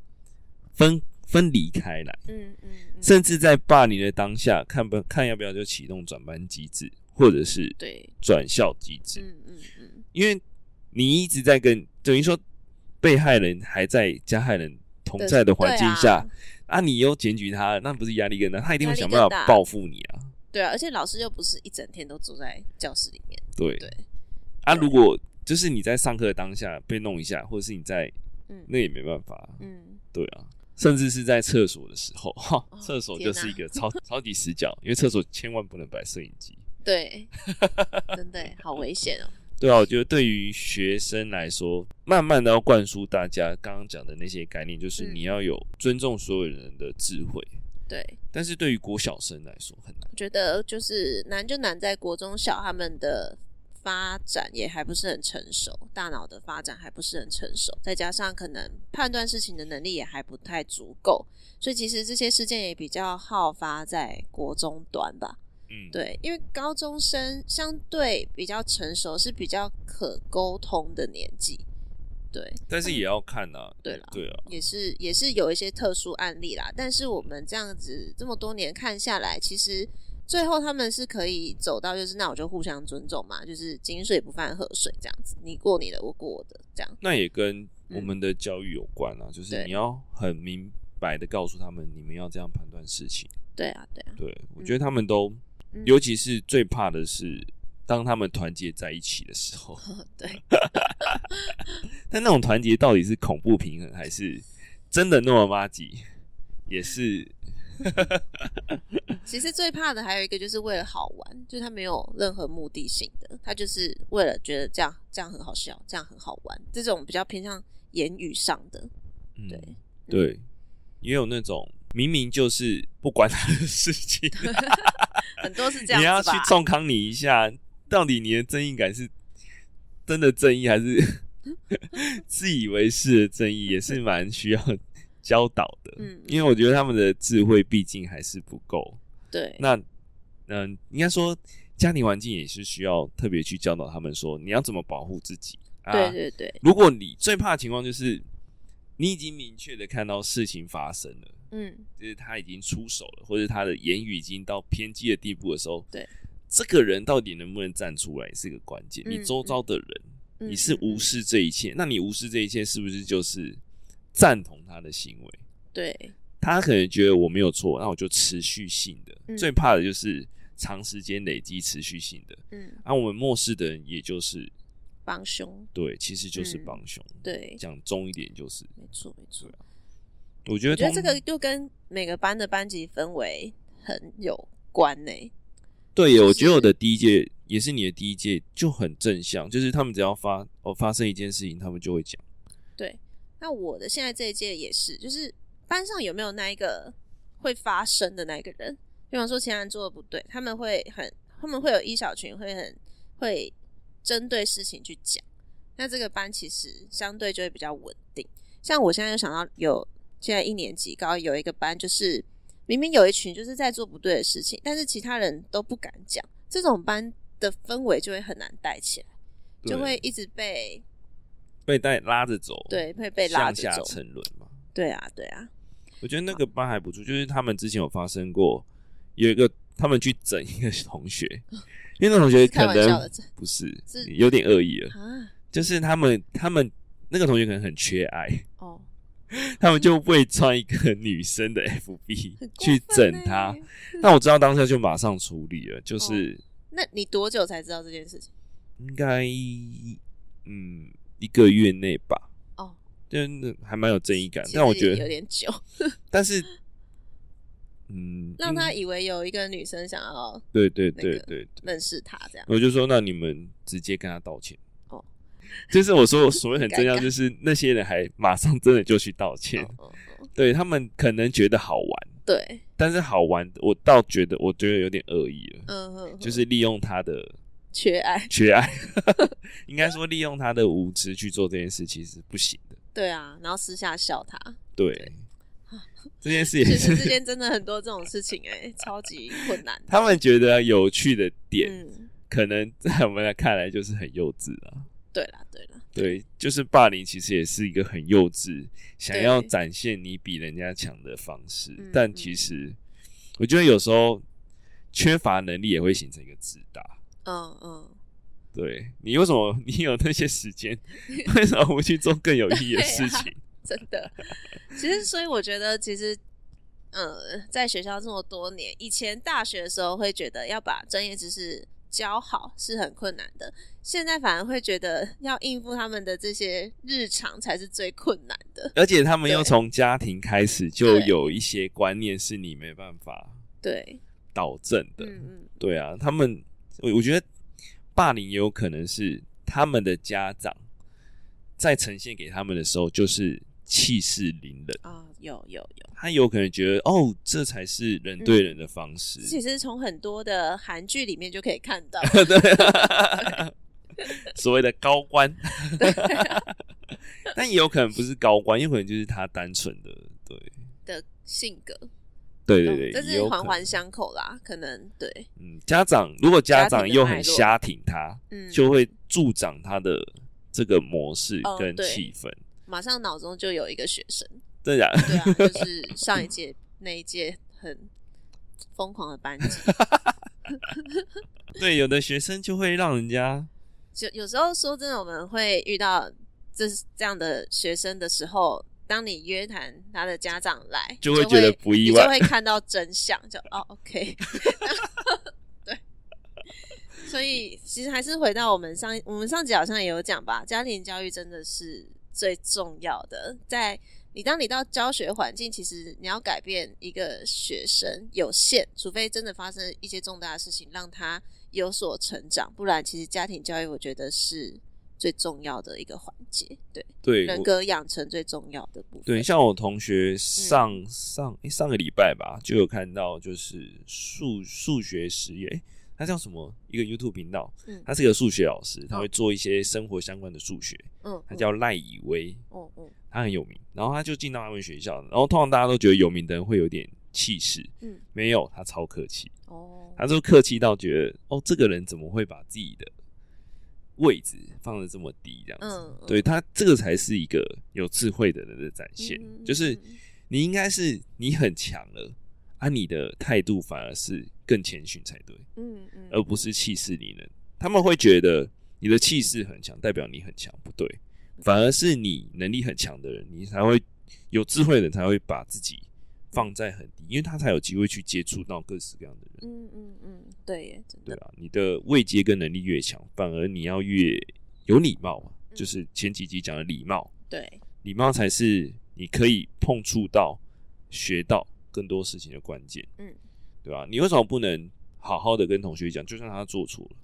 Speaker 2: 分分离开来。
Speaker 1: 嗯，嗯 嗯，
Speaker 2: 甚至在霸凌的当下，看不看要不要就启动转班机制，或者是
Speaker 1: 对，
Speaker 2: 转校机制，
Speaker 1: 嗯嗯嗯，
Speaker 2: 因为你一直在跟等于说被害人还在加害人同在的环境下，啊你又检举他，那不是压力更大？他一定会想办
Speaker 1: 压力
Speaker 2: 法
Speaker 1: 更大
Speaker 2: 报复你啊。
Speaker 1: 对啊，而且老师又不是一整天都坐在教室里面，
Speaker 2: 对
Speaker 1: 对
Speaker 2: 啊，如果就是你在上课的当下被弄一下，或者是你在
Speaker 1: 嗯
Speaker 2: 那也没办法，
Speaker 1: 嗯，
Speaker 2: 对啊。甚至是在厕所的时候，哈，厕所
Speaker 1: 哦天
Speaker 2: 就
Speaker 1: 哪
Speaker 2: 是一个超超级死角，因为厕所千万不能摆摄影机。
Speaker 1: 对，真的耶好危险哦，
Speaker 2: 对啊，我觉得对于学生来说，慢慢的要灌输大家刚刚讲的那些概念，就是
Speaker 1: 嗯
Speaker 2: 你要有尊重所有人的智慧。
Speaker 1: 对，
Speaker 2: 但是对于国小生来说很难。
Speaker 1: 我觉得就是难就难在国中小他们的发展也还不是很成熟，大脑的发展还不是很成熟，再加上可能判断事情的能力也还不太足够，所以其实这些事件也比较好发在国中端吧。
Speaker 2: 嗯，，
Speaker 1: 对，因为高中生相对比较成熟，是比较可沟通的年纪。对，
Speaker 2: 但是也要看啊。
Speaker 1: 嗯对啦
Speaker 2: 对啊，
Speaker 1: 也是也是有一些特殊案例啦。但是我们这样子这么多年看下来，其实最后他们是可以走到就是那我就互相尊重嘛，就是井水不犯河水这样子，你过你的，我过我的这样。
Speaker 2: 那也跟
Speaker 1: 嗯
Speaker 2: 我们的教育有关啊，就是
Speaker 1: 对
Speaker 2: 你要很明白的告诉他们，你们要这样判断事情。
Speaker 1: 对啊，对啊，
Speaker 2: 对，我觉得他们都，
Speaker 1: 嗯
Speaker 2: 尤其是最怕的是。当他们团结在一起的时候，
Speaker 1: 对，
Speaker 2: 但那种团结到底是恐怖平衡，还是真的那么垃圾？也是
Speaker 1: 其实最怕的还有一个就是为了好玩，就是他没有任何目的性的，他就是为了觉得这样这样很好笑，这样很好玩，这种比较偏向言语上的。
Speaker 2: 嗯
Speaker 1: 对
Speaker 2: 对，也有那种明明就是不管他的事情，
Speaker 1: 很多是这
Speaker 2: 你要
Speaker 1: 样
Speaker 2: 去
Speaker 1: 子吧？
Speaker 2: 重康你一下，到底你的正义感是真的正义还是 自以为是的正义，也是蛮需要教导的。
Speaker 1: 嗯
Speaker 2: 因为我觉得他们的智慧毕竟还是不够。
Speaker 1: 对，
Speaker 2: 那嗯、应该说家庭环境也是需要特别去教导他们说你要怎么保护自己。啊、
Speaker 1: 对对对，
Speaker 2: 如果你最怕的情况就是你已经明确的看到事情发生了。
Speaker 1: 嗯，
Speaker 2: 就是他已经出手了，或者他的言语已经到偏激的地步的时候，
Speaker 1: 对，
Speaker 2: 这个人到底能不能站出来是一个关键。
Speaker 1: 嗯
Speaker 2: 你周遭的人，
Speaker 1: 嗯
Speaker 2: 你是无视这一切，那你无视这一切是不是就是赞同他的行为？
Speaker 1: 对，
Speaker 2: 他可能觉得我没有错，那我就持续性的。
Speaker 1: 嗯
Speaker 2: 最怕的就是长时间累积持续性的。
Speaker 1: 嗯，
Speaker 2: 啊，我们漠视的人，也就是
Speaker 1: 帮凶，
Speaker 2: 对，其实就是
Speaker 1: 嗯
Speaker 2: 帮凶。
Speaker 1: 对，
Speaker 2: 讲重一点就是，
Speaker 1: 没错没错。
Speaker 2: 我觉得
Speaker 1: 我觉得
Speaker 2: 通
Speaker 1: 这个就跟每个班的班级氛围很有关呢、
Speaker 2: 对耶，
Speaker 1: 就
Speaker 2: 我觉得我
Speaker 1: 是
Speaker 2: 的第一届也是你的第一届就很正向，就是他们只要发哦发生一件事情，他们就会讲。
Speaker 1: 对，那我的现在这一届也是，就是班上有没有那一个会发声的那一个人？比方说其他人做的不对，他们会很，他们会有一小群会很会针对事情去讲。那这个班其实相对就会比较稳定。像我现在就想到有现在一年级高有一个班，就是明明有一群就是在做不对的事情，但是其他人都不敢讲，这种班的氛围就会很难带起来，就
Speaker 2: 对
Speaker 1: 会一直被
Speaker 2: 被带拉着走，
Speaker 1: 对会被拉着
Speaker 2: 向下
Speaker 1: 走。
Speaker 2: 沉沦嘛。
Speaker 1: 对啊，对啊，
Speaker 2: 我觉得那个班还不错，就是他们之前有发生过有一个他们去整一个 同学，因为那同学可
Speaker 1: 开玩笑
Speaker 2: 能
Speaker 1: 的这
Speaker 2: 不是
Speaker 1: 是
Speaker 2: 有点恶意了，
Speaker 1: 啊，
Speaker 2: 就是他们他们那个同学可能很缺爱，
Speaker 1: 哦，
Speaker 2: 他们就会穿一个女生的 FB
Speaker 1: 很过
Speaker 2: 去整
Speaker 1: 分欸哦
Speaker 2: 她。。那我知道当下就马上处理了，就是。
Speaker 1: 那你多久才知道这件事情？
Speaker 2: 应该嗯一个月内吧，
Speaker 1: 哦，
Speaker 2: 真的还蛮有正义感
Speaker 1: 其。实
Speaker 2: 但我觉
Speaker 1: 也有
Speaker 2: 得，
Speaker 1: 点久，
Speaker 2: 但是嗯，
Speaker 1: 让他
Speaker 2: 嗯
Speaker 1: 以为有一个女生想要
Speaker 2: 对对
Speaker 1: 那
Speaker 2: 对
Speaker 1: 个
Speaker 2: 对对，
Speaker 1: 认识他，这样
Speaker 2: 我就说那你们直接跟他道歉。
Speaker 1: 哦，
Speaker 2: 就是我说所谓很正
Speaker 1: 很
Speaker 2: 向，
Speaker 1: 尴尬
Speaker 2: 就是那些人还马上真的就去道歉，
Speaker 1: 哦哦哦
Speaker 2: 对他们可能觉得好玩，
Speaker 1: 对，
Speaker 2: 但是好玩我倒觉得我觉得有点恶意了，
Speaker 1: 嗯哼，
Speaker 2: 就
Speaker 1: 哼
Speaker 2: 是利用他的
Speaker 1: 缺爱，
Speaker 2: 缺爱， 应该说利用他的无知去做这件事，其实是不行的。
Speaker 1: 对啊，然后私下笑他。
Speaker 2: 对，这件事也
Speaker 1: 学生之
Speaker 2: 是
Speaker 1: 间真的很多这种事情，哎，超级困难的。
Speaker 2: 他们觉得有趣的点，
Speaker 1: 嗯，
Speaker 2: 可能在我们来看来就是很幼稚啊。
Speaker 1: 对啦，对啦，
Speaker 2: 对，就是霸凌其实也是一个很幼稚，想
Speaker 1: 对
Speaker 2: 要展现你比人家强的方式
Speaker 1: 嗯，
Speaker 2: 但其实我觉得有时候缺乏能力也会形成一个自大。
Speaker 1: 嗯嗯，
Speaker 2: 对你为什么你有那些时间，为什么不去做更有意义
Speaker 1: 啊
Speaker 2: 的事情？
Speaker 1: 真的。 其实，所以我觉得，其实，呃，在学校这么多年，以前大学的时候会觉得要把专业知识教好是很困难的，现在反而会觉得要应付他们的这些日常才是最困难的。
Speaker 2: 而且他们又
Speaker 1: 对
Speaker 2: 从家庭开始就
Speaker 1: 对
Speaker 2: 有一些观念是你没办法
Speaker 1: 对，
Speaker 2: 导正的。
Speaker 1: 嗯嗯，
Speaker 2: 对啊，他们我我觉得霸凌也有可能是他们的家长在呈现给他们的时候，就是气势凌人，
Speaker 1: 啊、有有有。
Speaker 2: 他有可能觉得哦，这才是人
Speaker 1: 嗯
Speaker 2: 对人的方式。
Speaker 1: 其实从很多的韩剧里面就可以看到，
Speaker 2: 对啊， 所谓的高官，但也有可能不是高官，也有可能就是他单纯的对。
Speaker 1: 的性格，嗯
Speaker 2: 对对对，
Speaker 1: 哦这
Speaker 2: 也
Speaker 1: 是
Speaker 2: 有可
Speaker 1: 环
Speaker 2: 能
Speaker 1: 环相扣啦，可能对，
Speaker 2: 嗯，家长如果家
Speaker 1: 家
Speaker 2: 长
Speaker 1: 庭的
Speaker 2: 又
Speaker 1: 脉
Speaker 2: 很
Speaker 1: 络
Speaker 2: 瞎挺他，
Speaker 1: 嗯，
Speaker 2: 就会助长他的这个模式
Speaker 1: 哦
Speaker 2: 跟
Speaker 1: 对
Speaker 2: 气氛。
Speaker 1: 马上脑中就有一个学生，
Speaker 2: 对呀、
Speaker 1: 对啊，就是上一届那一届很疯狂的班级，
Speaker 2: 对，有的学生就会让人家
Speaker 1: 就有时候说真的，我们会遇到这这样的学生的时候，当你约谈他的家长来，
Speaker 2: 就
Speaker 1: 会
Speaker 2: 会觉得不意
Speaker 1: 你
Speaker 2: 外
Speaker 1: 就会看到真相，就哦，OK，对。所以其实还是回到我们上我们上集好像也有讲吧，家庭教育真的是最重要的，在你当你到教学环境，其实你要改变一个学生有限，除非真的发生一些重大的事情让他有所成长，不然其实家庭教育我觉得是最重要的一个环节，对
Speaker 2: 对
Speaker 1: 人
Speaker 2: 我
Speaker 1: 格养成最重要的部分。
Speaker 2: 对，像我同
Speaker 1: 嗯
Speaker 2: 学上、上、诶上个礼拜吧，就有看到就是数数学实验，诶他叫什么？一个 YouTube 频道，
Speaker 1: 嗯
Speaker 2: 他是个数学老师，他
Speaker 1: 哦
Speaker 2: 会做一些生活相关的数学，
Speaker 1: 嗯，
Speaker 2: 他叫赖以威，
Speaker 1: 嗯嗯
Speaker 2: 他很有名。然后他就进到他们学校，然后通常大家都觉得有名的人会有点气势，
Speaker 1: 嗯
Speaker 2: 没有，他超客气，
Speaker 1: 哦，
Speaker 2: 他就客气到觉得，哦，这个人怎么会把自己的位置放的这么低？这样子，
Speaker 1: 嗯嗯
Speaker 2: 对他这个才是一个有智慧的人的展现，
Speaker 1: 嗯
Speaker 2: 就是
Speaker 1: 嗯
Speaker 2: 你应该是你很强了，啊，你的态度反而是更谦逊才对，
Speaker 1: 嗯嗯，
Speaker 2: 而不是气势凌人。他们会觉得你的气势很强，代表你很强，不对，反而是你能力很强的人，你才会有智慧的人才会把自己放在很低，因为他才有机会去接触到各式各样的人。
Speaker 1: 嗯嗯嗯，对耶，真
Speaker 2: 对
Speaker 1: 的，
Speaker 2: 啊，你的位阶跟能力越强，反而你要越有礼貌嘛，
Speaker 1: 嗯
Speaker 2: 就是前几集讲的礼貌，
Speaker 1: 对，
Speaker 2: 礼貌才是你可以碰触到、学到更多事情的关键。
Speaker 1: 嗯，
Speaker 2: 对吧、你为什么不能好好的跟同学讲，就算他做错了？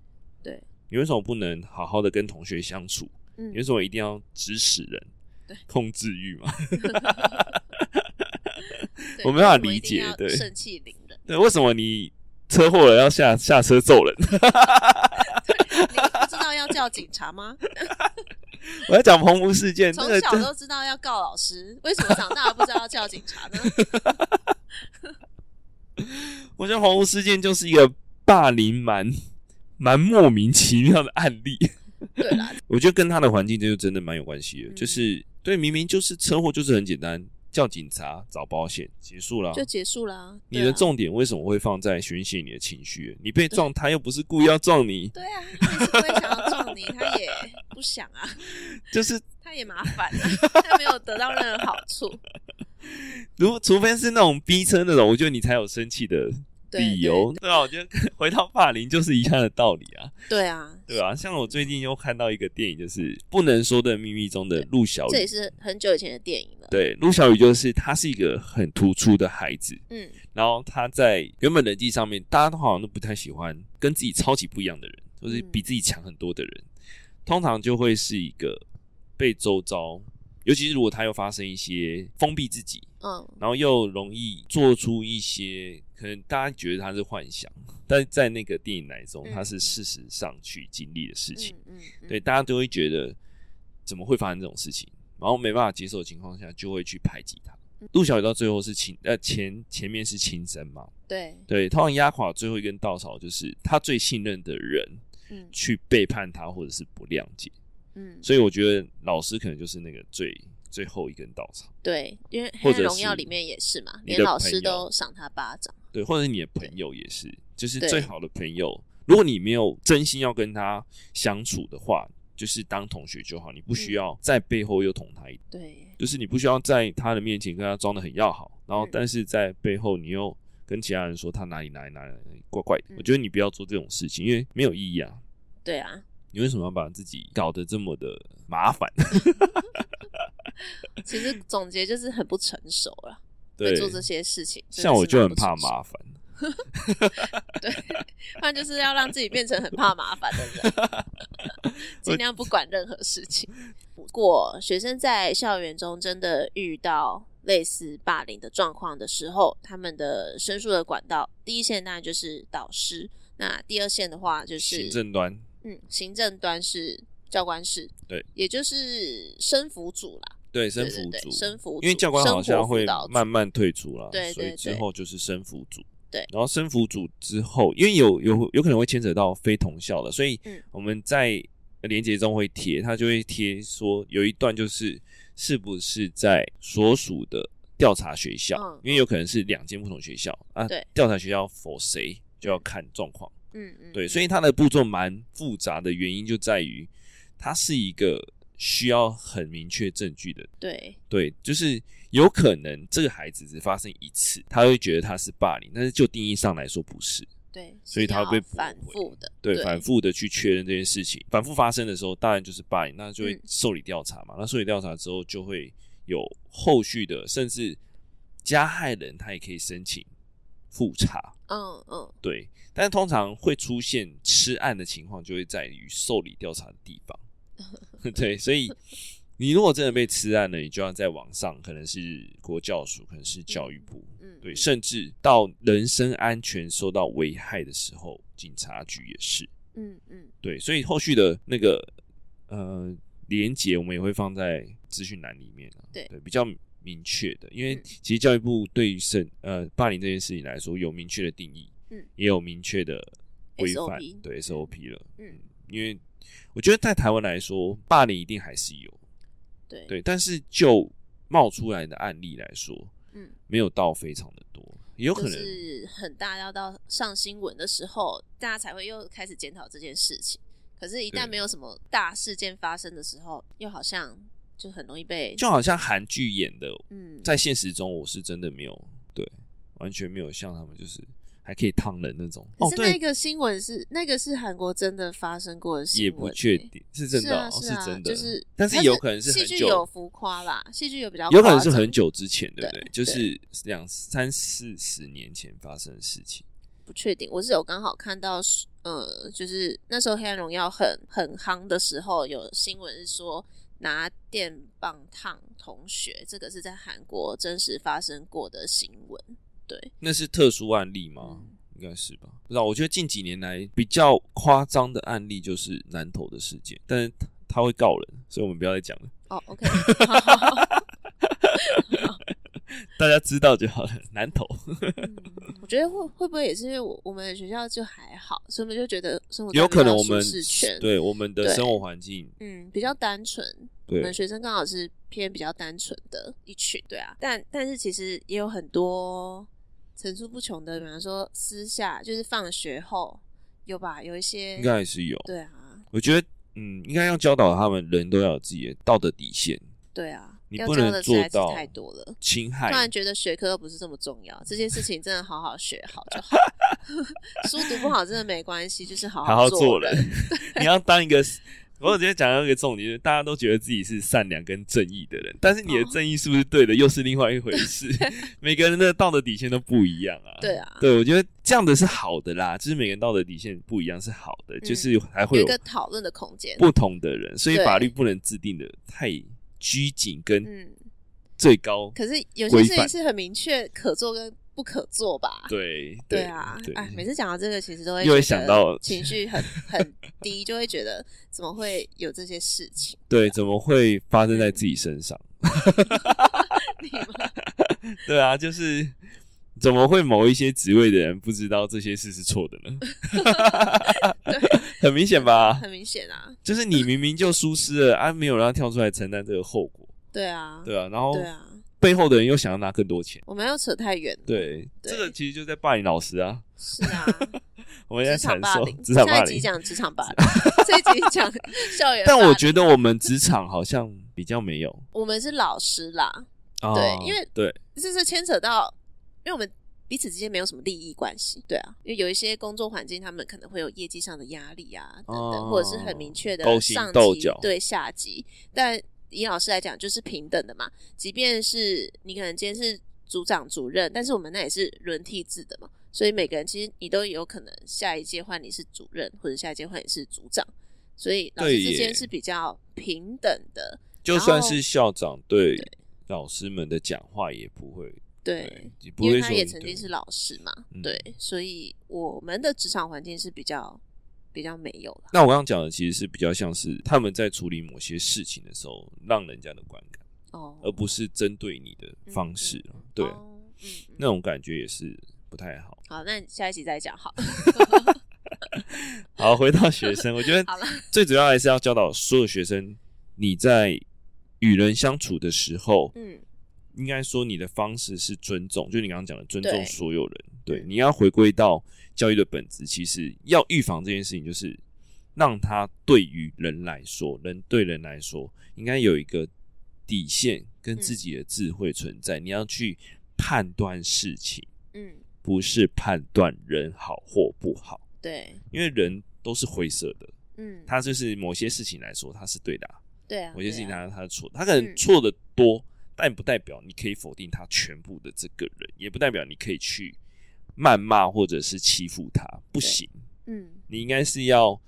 Speaker 1: 对，
Speaker 2: 你为什么不能好好的跟同学相处？
Speaker 1: 嗯
Speaker 2: 你为什么一定要指使人？
Speaker 1: 对，
Speaker 2: 控制欲嘛。
Speaker 1: 对
Speaker 2: 我没办法
Speaker 1: 为什么
Speaker 2: 理
Speaker 1: 一定
Speaker 2: 解
Speaker 1: 要
Speaker 2: 对
Speaker 1: 盛气凌人，
Speaker 2: 对，为什么你车祸了要下下车揍人？
Speaker 1: 你不知道要叫警察吗？
Speaker 2: 我要讲澎湖事件，那
Speaker 1: 从
Speaker 2: 个
Speaker 1: 小
Speaker 2: 真
Speaker 1: 都知道要告老师，为什么长大了不知道要叫警察呢？
Speaker 2: 我觉得黄屋事件就是一个霸凌蛮蛮莫名其妙的案例。
Speaker 1: 对啦，
Speaker 2: 我觉得跟他的环境这就真的蛮有关系的，
Speaker 1: 嗯
Speaker 2: 就是对，明明就是车祸，就是很简单，叫警察找保险结束了啊。
Speaker 1: 就结束啦。
Speaker 2: 你
Speaker 1: 对
Speaker 2: 的
Speaker 1: 啊
Speaker 2: 重点为什么会放在宣泄你的情绪？你被撞，他又不是故意要撞你，
Speaker 1: 对啊，他也是不会想要撞你，他也不想啊，
Speaker 2: 就是
Speaker 1: 他也麻烦啊， 他没有得到任何好处。
Speaker 2: 如除非是那种逼车那种，我觉得你才有生气的
Speaker 1: 对
Speaker 2: 理由。对啊，我觉得回到霸凌就是一样的道理啊，
Speaker 1: 对对啊，
Speaker 2: 对啊，像我最近又看到一个电影，就是《不能说的秘密》中的陆小雨，
Speaker 1: 这也是很久以前的电影了。
Speaker 2: 对，陆小雨就是他是一个很突出的孩子，
Speaker 1: 嗯
Speaker 2: 然后他在原本人际上面，大家都好像都不太喜欢跟自己超级不一样的人，就是
Speaker 1: 嗯
Speaker 2: 比自己强很多的人，通常就会是一个被周遭，尤其是如果他又发生一些封闭自己，
Speaker 1: 嗯
Speaker 2: 然后又容易做出一些可能大家觉得他是幻想，但在那个电影来中，
Speaker 1: 嗯
Speaker 2: 他是事实上去经历的事情。
Speaker 1: 嗯嗯，嗯
Speaker 2: 对，，大家都会觉得怎么会发生这种事情，然后没办法接受的情况下，就会去排挤他。
Speaker 1: 嗯
Speaker 2: 陆小雨到最后是亲，呃，前前面是亲生嘛，
Speaker 1: 对，
Speaker 2: 对，通常压垮最后一根稻草就是他最信任的人
Speaker 1: 嗯
Speaker 2: 去背叛他，或者是不谅解，
Speaker 1: 嗯，
Speaker 2: 所以我觉得老师可能就是那个最最后一根稻草，
Speaker 1: 对，因为《黑
Speaker 2: 或者
Speaker 1: 暗荣耀》
Speaker 2: 是
Speaker 1: 里面也是嘛，
Speaker 2: 你
Speaker 1: 连
Speaker 2: 的
Speaker 1: 老
Speaker 2: 朋
Speaker 1: 师
Speaker 2: 友
Speaker 1: 都赏他巴掌。
Speaker 2: 对，或者是你的朋友也是，就是
Speaker 1: 对
Speaker 2: 最好的朋友，如果你没有真心要跟他相处的话，就是当同学就好，你不需
Speaker 1: 嗯
Speaker 2: 要在背后又捅他一刀
Speaker 1: 对，
Speaker 2: 就是你不需要在他的面前跟他装的很要好，然后
Speaker 1: 嗯
Speaker 2: 但是在背后你又跟其他人说他哪里哪里哪里哪里怪怪的。
Speaker 1: 嗯
Speaker 2: 我觉得你不要做这种事情，因为没有意义啊。
Speaker 1: 对啊，
Speaker 2: 你为什么要把自己搞得这么的麻烦？
Speaker 1: 其实总结就是很不成熟了，
Speaker 2: 对
Speaker 1: 会，做这些事情。真的
Speaker 2: 像我
Speaker 1: 是
Speaker 2: 就
Speaker 1: 蛮
Speaker 2: 很
Speaker 1: 不
Speaker 2: 怕
Speaker 1: 成熟，
Speaker 2: 麻烦。
Speaker 1: 不然就是要让自己变成很怕麻烦的人，尽量不管任何事情。不过，学生在校园中真的遇到类似霸凌的状况的时候，他们的申诉的管道，第一线当然就是导师，那第二线的话就是
Speaker 2: 行政端，
Speaker 1: 嗯，行政端是教官室，
Speaker 2: 对，
Speaker 1: 也就是生辅组啦，
Speaker 2: 对，生
Speaker 1: 对对
Speaker 2: 辅
Speaker 1: 对
Speaker 2: 组，
Speaker 1: 生辅
Speaker 2: 因为
Speaker 1: 组
Speaker 2: 教官好
Speaker 1: 生活
Speaker 2: 像
Speaker 1: 辅
Speaker 2: 会
Speaker 1: 导组
Speaker 2: 慢慢退出了，
Speaker 1: 对
Speaker 2: 所以
Speaker 1: 对
Speaker 2: 之
Speaker 1: 对
Speaker 2: 后就是生辅组。
Speaker 1: 对
Speaker 2: 然后生辅组之后，因为有有有可能会牵扯到非同校的，所以
Speaker 1: 嗯
Speaker 2: 我们在连接中会贴，它就会贴说有一段就是是不是在所属的调查学校，
Speaker 1: 嗯
Speaker 2: 因为有可能是两间不同学校啊
Speaker 1: 对，
Speaker 2: 调查学校否谁就要看状况。
Speaker 1: 嗯嗯，
Speaker 2: 对，所
Speaker 1: 以
Speaker 2: 以它的步骤蛮复杂的原因就在于它是一个需要很明确证据的
Speaker 1: 对
Speaker 2: 对，就是有可能这个孩子只发生一次，他会觉得他是霸凌，但是就定义上来说不是。
Speaker 1: 对，
Speaker 2: 所
Speaker 1: 是
Speaker 2: 以他
Speaker 1: 要
Speaker 2: 被驳
Speaker 1: 反
Speaker 2: 回
Speaker 1: 复的，
Speaker 2: 对，反复的去确认这件事情，反复发生的时候，当然就是霸凌，那就会
Speaker 1: 嗯
Speaker 2: 受理调查嘛。那受理调查之后，就会有后续的，甚至加害人他也可以申请复查。
Speaker 1: 嗯嗯，
Speaker 2: 对，但是通常会出现吃案的情况，就会在于受理调查的地方。对，所以你如果真的被吃案了，你就要在网上，可能是国教署，可能是教育部，
Speaker 1: 嗯，
Speaker 2: 对，
Speaker 1: 嗯
Speaker 2: 甚至到人身安全受到危害的时候，警察局也是。
Speaker 1: 嗯嗯，
Speaker 2: 对，所以后续的那个呃连结，我们也会放在资讯栏里面、啊。
Speaker 1: 对
Speaker 2: 比较明确的，因为
Speaker 1: 嗯
Speaker 2: 其实教育部对于审呃霸凌这件事情来说，有明确的定义，
Speaker 1: 嗯，
Speaker 2: 也有明确的规范
Speaker 1: SOP
Speaker 2: 对 SOP 了。
Speaker 1: 嗯，
Speaker 2: 因为我觉得在台湾来说，霸凌一定还是有，
Speaker 1: 对，
Speaker 2: 对，但是就冒出来的案例来说，
Speaker 1: 嗯，
Speaker 2: 没有到非常的多，也有可
Speaker 1: 就
Speaker 2: 能、
Speaker 1: 是很大要到上新闻的时候，大家才会又开始检讨这件事情。可是，一旦
Speaker 2: 对
Speaker 1: 没有什么大事件发生的时候，又好像就很容易被
Speaker 2: 就好像韩剧演的，
Speaker 1: 嗯，
Speaker 2: 在现实中我是真的没有，对，完全没有像他们就是还可以烫人那种。
Speaker 1: 可
Speaker 2: 哦，
Speaker 1: 是那
Speaker 2: 对，
Speaker 1: 个新闻是那个是韩国真的发生过的新闻、
Speaker 2: 也不确。定是真
Speaker 1: 是
Speaker 2: 的
Speaker 1: 啊，
Speaker 2: 哦，
Speaker 1: 是啊，
Speaker 2: 真的，
Speaker 1: 就是，
Speaker 2: 但是有可能是
Speaker 1: 戏
Speaker 2: 很
Speaker 1: 剧有
Speaker 2: 久，
Speaker 1: 浮夸啦，戏剧有比较，
Speaker 2: 有可能是很，久之前，对不
Speaker 1: 对
Speaker 2: 对？就是两三四十年前发生的事情。
Speaker 1: 不确定。我是有刚好看到，呃，就是那时候《黑暗荣耀很》很夯的时候，有新闻是说拿电棒烫同学，这个是在韩国真实发生过的新闻。对，
Speaker 2: 那是特殊案例吗？
Speaker 1: 嗯
Speaker 2: 应该是吧，不知道。我觉得近几年来比较夸张的案例就是南投的事件，但是他他会告人，所以我们不要再讲了，
Speaker 1: 哦，OK，好 好好
Speaker 2: 大家知道就好了。 南投，
Speaker 1: 嗯我觉得会会不会也是因为我我们学校就还好，所以我们就觉得生活
Speaker 2: 有可能我们
Speaker 1: 是圈，
Speaker 2: 对我们的
Speaker 1: 对
Speaker 2: 生活环境，
Speaker 1: 嗯，比较单纯，我
Speaker 2: 对
Speaker 1: 们学生刚好是偏比较单纯的一群，对啊，但但是其实也有很多层出不穷的，比方说私下就是放学后有吧，有一些
Speaker 2: 应该还是有。
Speaker 1: 对啊，
Speaker 2: 我觉得，嗯，应该要教导他们，人都要有自己的道德底线，
Speaker 1: 对啊，
Speaker 2: 你
Speaker 1: 要
Speaker 2: 不
Speaker 1: 教
Speaker 2: 能
Speaker 1: 的实
Speaker 2: 做
Speaker 1: 在是
Speaker 2: 到
Speaker 1: 太多了。
Speaker 2: 侵
Speaker 1: 突然
Speaker 2: 害。
Speaker 1: 觉得学科不是这么重要，这件事情真的好好学好就 好。书读不好真的没关系，就是好
Speaker 2: 好好
Speaker 1: 做
Speaker 2: 做人。 你要当一个，我有今天讲到一个重点，就是大家都觉得自己是善良跟正义的人，但是你的
Speaker 1: 哦
Speaker 2: 正义是不是对的，又是另外一回 事。每个人的道德底线都不一样啊。
Speaker 1: 对啊
Speaker 2: 对我觉得这样的是好的啦，就是每个人道德底线不一样是好的，就是还会
Speaker 1: 有一
Speaker 2: 有
Speaker 1: 嗯个讨论的空间。
Speaker 2: 不同的人，所以
Speaker 1: 对
Speaker 2: 法律不能制定的太拘谨跟
Speaker 1: 嗯，
Speaker 2: 最高。
Speaker 1: 可是有些
Speaker 2: 规
Speaker 1: 事情
Speaker 2: 范
Speaker 1: 是很明确可做跟不可做吧？
Speaker 2: 对
Speaker 1: 对啊
Speaker 2: 对，，
Speaker 1: 哎，每次讲到这个，其实都会
Speaker 2: 又
Speaker 1: 觉
Speaker 2: 会
Speaker 1: 得
Speaker 2: 想到
Speaker 1: 情绪 很很低，就会觉得怎么会有这些事情？
Speaker 2: 对，怎么会发生在自己身上？
Speaker 1: 你们
Speaker 2: 对啊，就是怎么会某一些职位的人不知道这些事是错的呢？ 很明显吧？
Speaker 1: 很明显啊，
Speaker 2: 就是你明明就疏失了啊，没有让他跳出来承担这个后果，
Speaker 1: 对啊，
Speaker 2: 对啊，然后
Speaker 1: 对啊，
Speaker 2: 背后的人又想要拿更多钱，
Speaker 1: 我们要扯太远，，
Speaker 2: 对，
Speaker 1: 对
Speaker 2: 这个其实就在霸凌老师啊，
Speaker 1: 是啊，
Speaker 2: 我们在
Speaker 1: 职场
Speaker 2: 传
Speaker 1: 霸
Speaker 2: 授
Speaker 1: 凌，
Speaker 2: 职场霸
Speaker 1: 下一集
Speaker 2: 凌。
Speaker 1: 讲职场 霸凌，这一集讲校园霸
Speaker 2: 但
Speaker 1: 凌，
Speaker 2: 我觉得我们职场好像比较没有，
Speaker 1: 我们是老师啦，
Speaker 2: 哦
Speaker 1: 对因为
Speaker 2: 对
Speaker 1: 这是牵扯到，因为我们彼此之间没有什么利益关系，对啊，因为有一些工作环境，他们可能会有业绩上的压力啊，等等，
Speaker 2: 哦
Speaker 1: 或者是很明确的
Speaker 2: 勾心
Speaker 1: 上
Speaker 2: 斗
Speaker 1: 级
Speaker 2: 角
Speaker 1: 对下级，但以老师来讲就是平等的嘛，即便是你可能今天是组长主任，但是我们那也是轮替制的嘛，所以每个人其实你都有可能下一届换你是主任，或者下一届换你是组长，所以老师
Speaker 2: 对耶
Speaker 1: 之间是比较平等的，
Speaker 2: 就算
Speaker 1: 然后
Speaker 2: 是校长对老师们的讲话也不会，
Speaker 1: 对。，
Speaker 2: 也不
Speaker 1: 因为
Speaker 2: 会
Speaker 1: 他
Speaker 2: 说
Speaker 1: 也
Speaker 2: 你
Speaker 1: 曾
Speaker 2: 对
Speaker 1: 经是老师嘛，
Speaker 2: 嗯
Speaker 1: 对，所以我们的职场环境是比较比较没有啦。
Speaker 2: 那我刚刚讲的其实是比较像是他们在处理某些事情的时候，让人家的观感，
Speaker 1: 哦，
Speaker 2: 而不是针对你的方式啊。呃对，
Speaker 1: 嗯哦嗯，嗯
Speaker 2: 那种感觉也是不太好。
Speaker 1: 好，那你下一集再讲好了。
Speaker 2: 好，回到学生，我觉得
Speaker 1: 好了，
Speaker 2: 最主要还是要教导所有学生，你在与人相处的时候，
Speaker 1: 嗯，
Speaker 2: 应该说你的方式是尊重，就你刚刚讲的尊
Speaker 1: 对
Speaker 2: 重所有人。对，
Speaker 1: 嗯
Speaker 2: 你要回归到教育的本质，其实要预防这件事情，就是让他对于人来说，人对人来说，应该有一个底线跟
Speaker 1: 嗯
Speaker 2: 自己的智慧存在。你要去判断事情，
Speaker 1: 嗯，
Speaker 2: 不是判断人好或不好，
Speaker 1: 对，
Speaker 2: 因为人都是灰色的，
Speaker 1: 嗯，
Speaker 2: 他就是某些事情来说他是对的啊、
Speaker 1: 对啊，
Speaker 2: 某些
Speaker 1: 对
Speaker 2: 事情
Speaker 1: 啊
Speaker 2: 他他是错的，他可
Speaker 1: 嗯
Speaker 2: 能错的多，但不代表你可以否定他全部的这个人，也不代表你可以去谩骂或者是欺负他，不行。
Speaker 1: 嗯，
Speaker 2: 你应该是要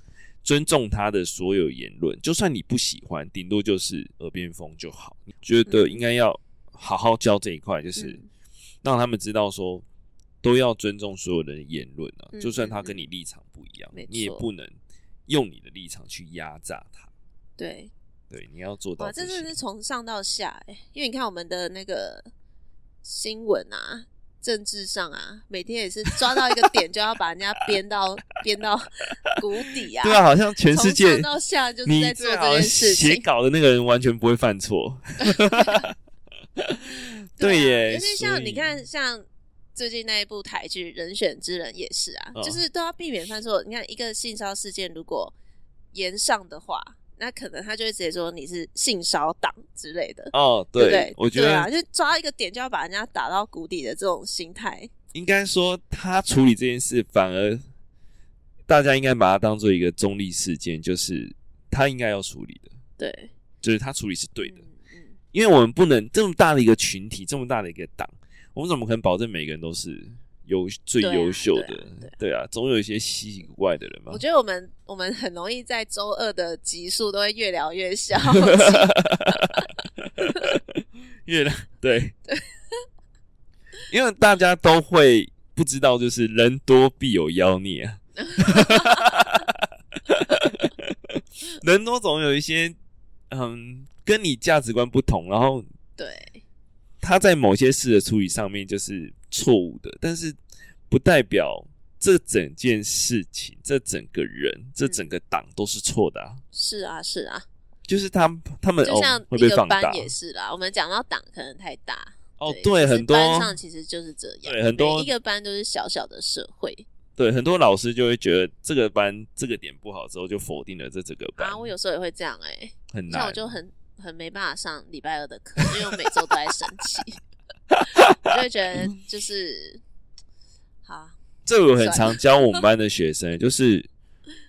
Speaker 2: 尊重他的所有言论，就算你不喜欢，顶多就是耳边风就好。你觉得应该要好好教这一块，就是
Speaker 1: 嗯
Speaker 2: 让他们知道说，都要尊重所有人的言论啊，
Speaker 1: 嗯
Speaker 2: 就算他跟你立场不一样
Speaker 1: 没，错
Speaker 2: 你也不能用你的立场去压榨他。
Speaker 1: 对，
Speaker 2: 对，你要做到
Speaker 1: 哇，
Speaker 2: 这
Speaker 1: 这真的
Speaker 2: 些
Speaker 1: 是。从上到下、欸，因为你看我们的那个新闻啊。政治上啊，每天也是抓到一个点就要把人家编到编到 谷底啊。
Speaker 2: 对啊，，好像全世
Speaker 1: 从
Speaker 2: 界
Speaker 1: 上到下就是
Speaker 2: 你
Speaker 1: 在做
Speaker 2: 最
Speaker 1: 这
Speaker 2: 好
Speaker 1: 件事
Speaker 2: 写
Speaker 1: 情。
Speaker 2: 稿的那个人完全不会 犯错。对
Speaker 1: 啊
Speaker 2: 耶，
Speaker 1: 而且
Speaker 2: 所
Speaker 1: 像
Speaker 2: 以
Speaker 1: 你看，像最近那一部台剧《人选之人》也是啊，
Speaker 2: 哦
Speaker 1: 就是都要避免犯错。你看一个性骚事件，如果延上的话，那可能他就会直接说你是性骚党之类的。
Speaker 2: 哦，
Speaker 1: 对不
Speaker 2: 对
Speaker 1: 对，
Speaker 2: 我觉
Speaker 1: 对
Speaker 2: 得
Speaker 1: 啊，就抓一个点就要把人家打到谷底的这种心态，
Speaker 2: 应该说，他处理这件事反而大家应该把它当做一个中立事件，就是他应该要处理的，
Speaker 1: 对，
Speaker 2: 就是他处理是对的，
Speaker 1: 嗯嗯，
Speaker 2: 因为我们不能这么大的一个群体，这么大的一个党，我们怎么可能保证每个人都是优最
Speaker 1: 对啊
Speaker 2: 优秀
Speaker 1: 对
Speaker 2: 的
Speaker 1: 啊对啊？
Speaker 2: 对啊，总有一些稀奇古怪的人嘛
Speaker 1: 我。觉得我们我们很容易在周二的集数都会越聊越小，
Speaker 2: 越 来对，因为大家都会不知道，就是人多必有妖孽啊。人多总有一些，嗯，跟你价值观不同，然后
Speaker 1: 对，
Speaker 2: 他在某些事的处理上面就是错误的，但是不代表这整件事情、这整个人、这整个党都是错的啊。
Speaker 1: 是啊是啊，
Speaker 2: 就是他他们
Speaker 1: 就像
Speaker 2: 哦会
Speaker 1: 一
Speaker 2: 被
Speaker 1: 个
Speaker 2: 放大
Speaker 1: 班也是啦，我们讲到党可能太大
Speaker 2: 哦，
Speaker 1: 其
Speaker 2: 对，
Speaker 1: 实
Speaker 2: 很多
Speaker 1: 班上其实就是这样，
Speaker 2: 对很多
Speaker 1: 每一个班都是小小的社会
Speaker 2: 对，很多老师就会觉得这个班这个点不好之后，就否定了这整个班，
Speaker 1: 啊。我有时候也会这样哎、
Speaker 2: 很
Speaker 1: 像
Speaker 2: 难
Speaker 1: 我。就很很没办法上礼拜二的课，因为我每周都在生气，我就会觉得就是好啊，
Speaker 2: 这我很常教我们班 的学生，就是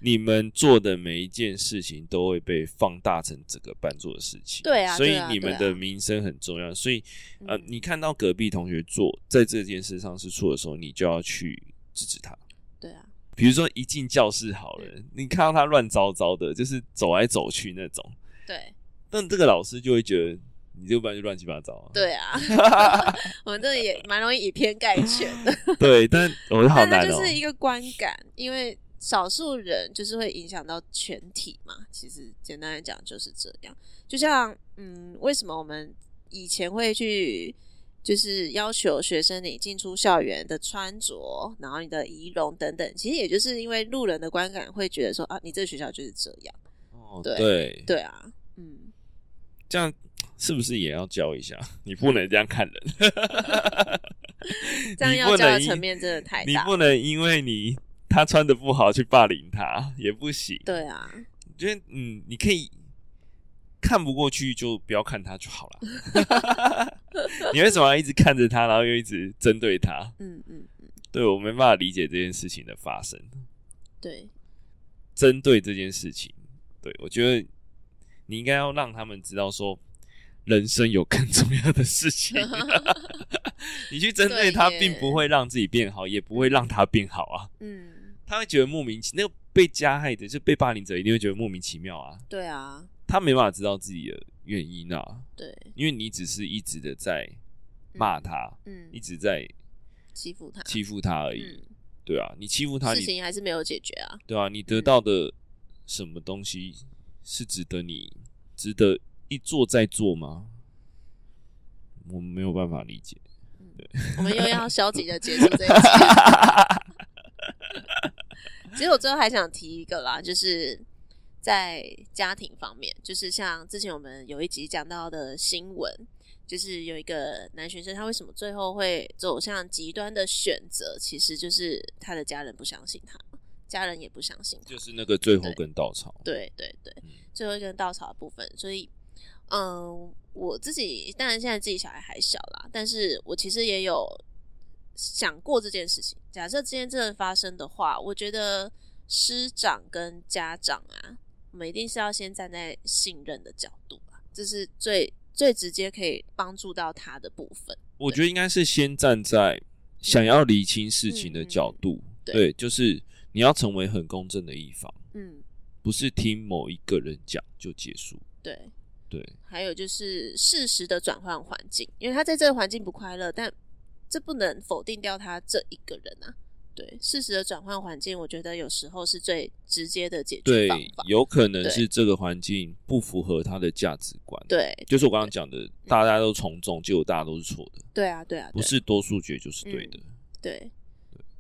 Speaker 2: 你们做的每一件事情都会被放大成整个班做的事情，
Speaker 1: 对啊
Speaker 2: 所以
Speaker 1: 对啊
Speaker 2: 你们
Speaker 1: 对
Speaker 2: 的
Speaker 1: 啊
Speaker 2: 名声很重要。所以呃，
Speaker 1: 嗯
Speaker 2: 你看到隔壁同学做在这件事上是错的时候，你就要去制止他。
Speaker 1: 对啊，
Speaker 2: 比如说一进教室好了，你看到他乱糟糟的，就是走来走去那种，
Speaker 1: 对
Speaker 2: 但这个老师就会觉得你这个班就乱七八糟、啊。
Speaker 1: 对啊， 我们这里也蛮容易以偏概全的。
Speaker 2: 对，但我好
Speaker 1: 但它
Speaker 2: 难哦、
Speaker 1: 就是一个观感，因为少数人就是会影响到全体嘛。其实简单来讲就是这样。就像嗯，为什么我们以前会去就是要求学生你进出校园的穿着，然后你的仪容等等，其实也就是因为路人的观感会觉得说啊，你这个学校就是这样。
Speaker 2: 哦，
Speaker 1: 对
Speaker 2: 对，
Speaker 1: 对啊，嗯，
Speaker 2: 这样是不是也要教一下？你不能这样看人，
Speaker 1: 这样
Speaker 2: 你
Speaker 1: 要
Speaker 2: 不
Speaker 1: 教的
Speaker 2: 能因
Speaker 1: 层面真的太
Speaker 2: 你
Speaker 1: 大。
Speaker 2: 不能因为你他穿的不好去霸凌他，也不行。，
Speaker 1: 对啊，
Speaker 2: 我觉得嗯，你可以看不过去就不要看他就好了。 你为什么要一直看着他，然后又一直针对他？
Speaker 1: 嗯嗯嗯，
Speaker 2: 对我没办法理解这件事情的发生，
Speaker 1: 对，
Speaker 2: 针对这件事情，对我觉得你应该要让他们知道说，人生有更重要的事情。啊 你去针对他，
Speaker 1: 对耶
Speaker 2: 并不会让自己变好，也不会让他变好啊。
Speaker 1: 嗯，
Speaker 2: 他会觉得莫名其那个被加害的，就被霸凌者，一定会觉得莫名其妙啊。
Speaker 1: 对啊，
Speaker 2: 他没办法知道自己的原因啊，
Speaker 1: 对，
Speaker 2: 因为你只是一直的在骂他，
Speaker 1: 嗯
Speaker 2: 一，直在
Speaker 1: 欺负他，
Speaker 2: 欺负他而已。
Speaker 1: 嗯。
Speaker 2: 对啊，你欺负他，
Speaker 1: 事
Speaker 2: 你
Speaker 1: 情还是没有解决啊。
Speaker 2: 对啊，你得到的什么东西是值得你值得一做再做吗？我没有办法理解。
Speaker 1: 我们又要消极的结束这一集。 其实我最后还想提一个啦，就是在家庭方面，就是像之前我们有一集讲到的新闻，就是有一个男学生，他为什么最后会走向极端的选择，其实就是他的家人不相信他，家人也不相信他
Speaker 2: 就。是那个最后根稻草。
Speaker 1: 对对对
Speaker 2: 嗯，
Speaker 1: 最后一根稻草的部分。所以，嗯，我自己当然现在自己小孩还小啦，但是我其实也有想过这件事情。假设今天真的发生的话，我觉得师长跟家长啊，我们一定是要先站在信任的角度啊，这是最。最直接可以帮助到他的部分。
Speaker 2: 我觉得应该是先站
Speaker 1: 嗯
Speaker 2: 在想要厘清事情的角度，
Speaker 1: 对
Speaker 2: 对，就是你要成为很公正的一方，
Speaker 1: 嗯，
Speaker 2: 不是听某一个人讲就结束。
Speaker 1: 对。
Speaker 2: 对，
Speaker 1: 还有就是适时的转换环境，因为他在这个环境不快乐，但这不能否定掉他这一个人啊。对，适时的转换环境，我觉得有时候是最直接的解决
Speaker 2: 对
Speaker 1: 方法，。
Speaker 2: 有可能
Speaker 1: 对
Speaker 2: 是这个环境不符合他的价值观。，
Speaker 1: 对，嗯
Speaker 2: 就是我刚刚讲的，大家都从众，结果大家都是错的，
Speaker 1: 对啊，对啊，
Speaker 2: 不
Speaker 1: 对
Speaker 2: 是多数决就是对的。
Speaker 1: 对，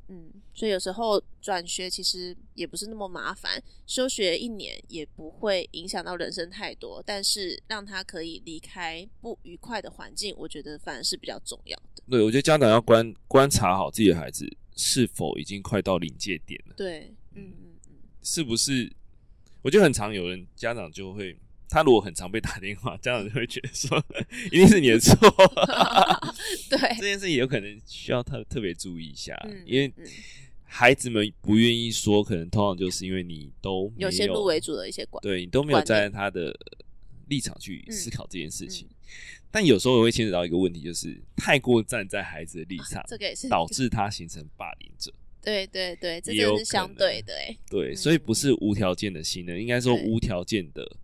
Speaker 1: 嗯，所以有时候转学其实也不是那么麻烦，休学一年也不会影响到人生太多，但是让他可以离开不愉快的环境，我觉得反而是比较重要的。
Speaker 2: 对，我觉得家长要观观察好自己的孩子是否已经快到临界点了，
Speaker 1: 对，嗯嗯嗯，
Speaker 2: 是不是？我觉得很常有人家长就会，他如果很常被打电话， 家长就会觉得说， 一定是你 的错。
Speaker 1: 对
Speaker 2: 这，件事情有可能需要特特别注意一下，
Speaker 1: 嗯
Speaker 2: 因为
Speaker 1: 嗯
Speaker 2: 孩子们不愿意说，可能通常就是因为你都没
Speaker 1: 有先入为主的一些观，
Speaker 2: 对你都没有
Speaker 1: 观念
Speaker 2: 站在他的立场去
Speaker 1: 嗯
Speaker 2: 思考这件事情。
Speaker 1: 嗯
Speaker 2: 但有时候也会牵扯到一个问题，就是太过站在孩子的立场，
Speaker 1: 啊这个也是
Speaker 2: 导致他形成霸凌者。
Speaker 1: 对对对，这
Speaker 2: 也
Speaker 1: 真
Speaker 2: 有
Speaker 1: 的是相
Speaker 2: 可能
Speaker 1: 对的哎、欸，
Speaker 2: 对，
Speaker 1: 嗯
Speaker 2: 所以不是无条件的信任，应该说
Speaker 1: 对
Speaker 2: 无条件的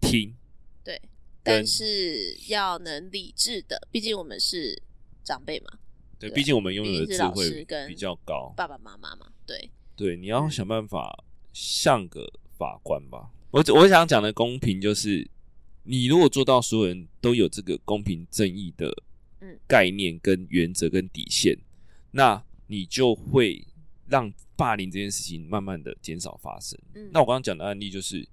Speaker 2: 听。
Speaker 1: 对，但
Speaker 2: 跟
Speaker 1: 是要能理智的，毕竟我们是长辈嘛，
Speaker 2: 对，
Speaker 1: 对
Speaker 2: 毕竟我们拥有
Speaker 1: 毕
Speaker 2: 的
Speaker 1: 竟是
Speaker 2: 智
Speaker 1: 老师
Speaker 2: 慧
Speaker 1: 跟
Speaker 2: 比较高。
Speaker 1: 爸爸妈妈嘛，对，
Speaker 2: 对，你
Speaker 1: 嗯
Speaker 2: 要想办法像个法官吧。我我想讲的公平就是，你如果做到所有人都有这个公平正义的
Speaker 1: 嗯
Speaker 2: 概念、跟原则、跟底线，那你就会让霸凌这件事情慢慢的减少发生。
Speaker 1: 嗯，
Speaker 2: 那我刚刚讲的案例就是，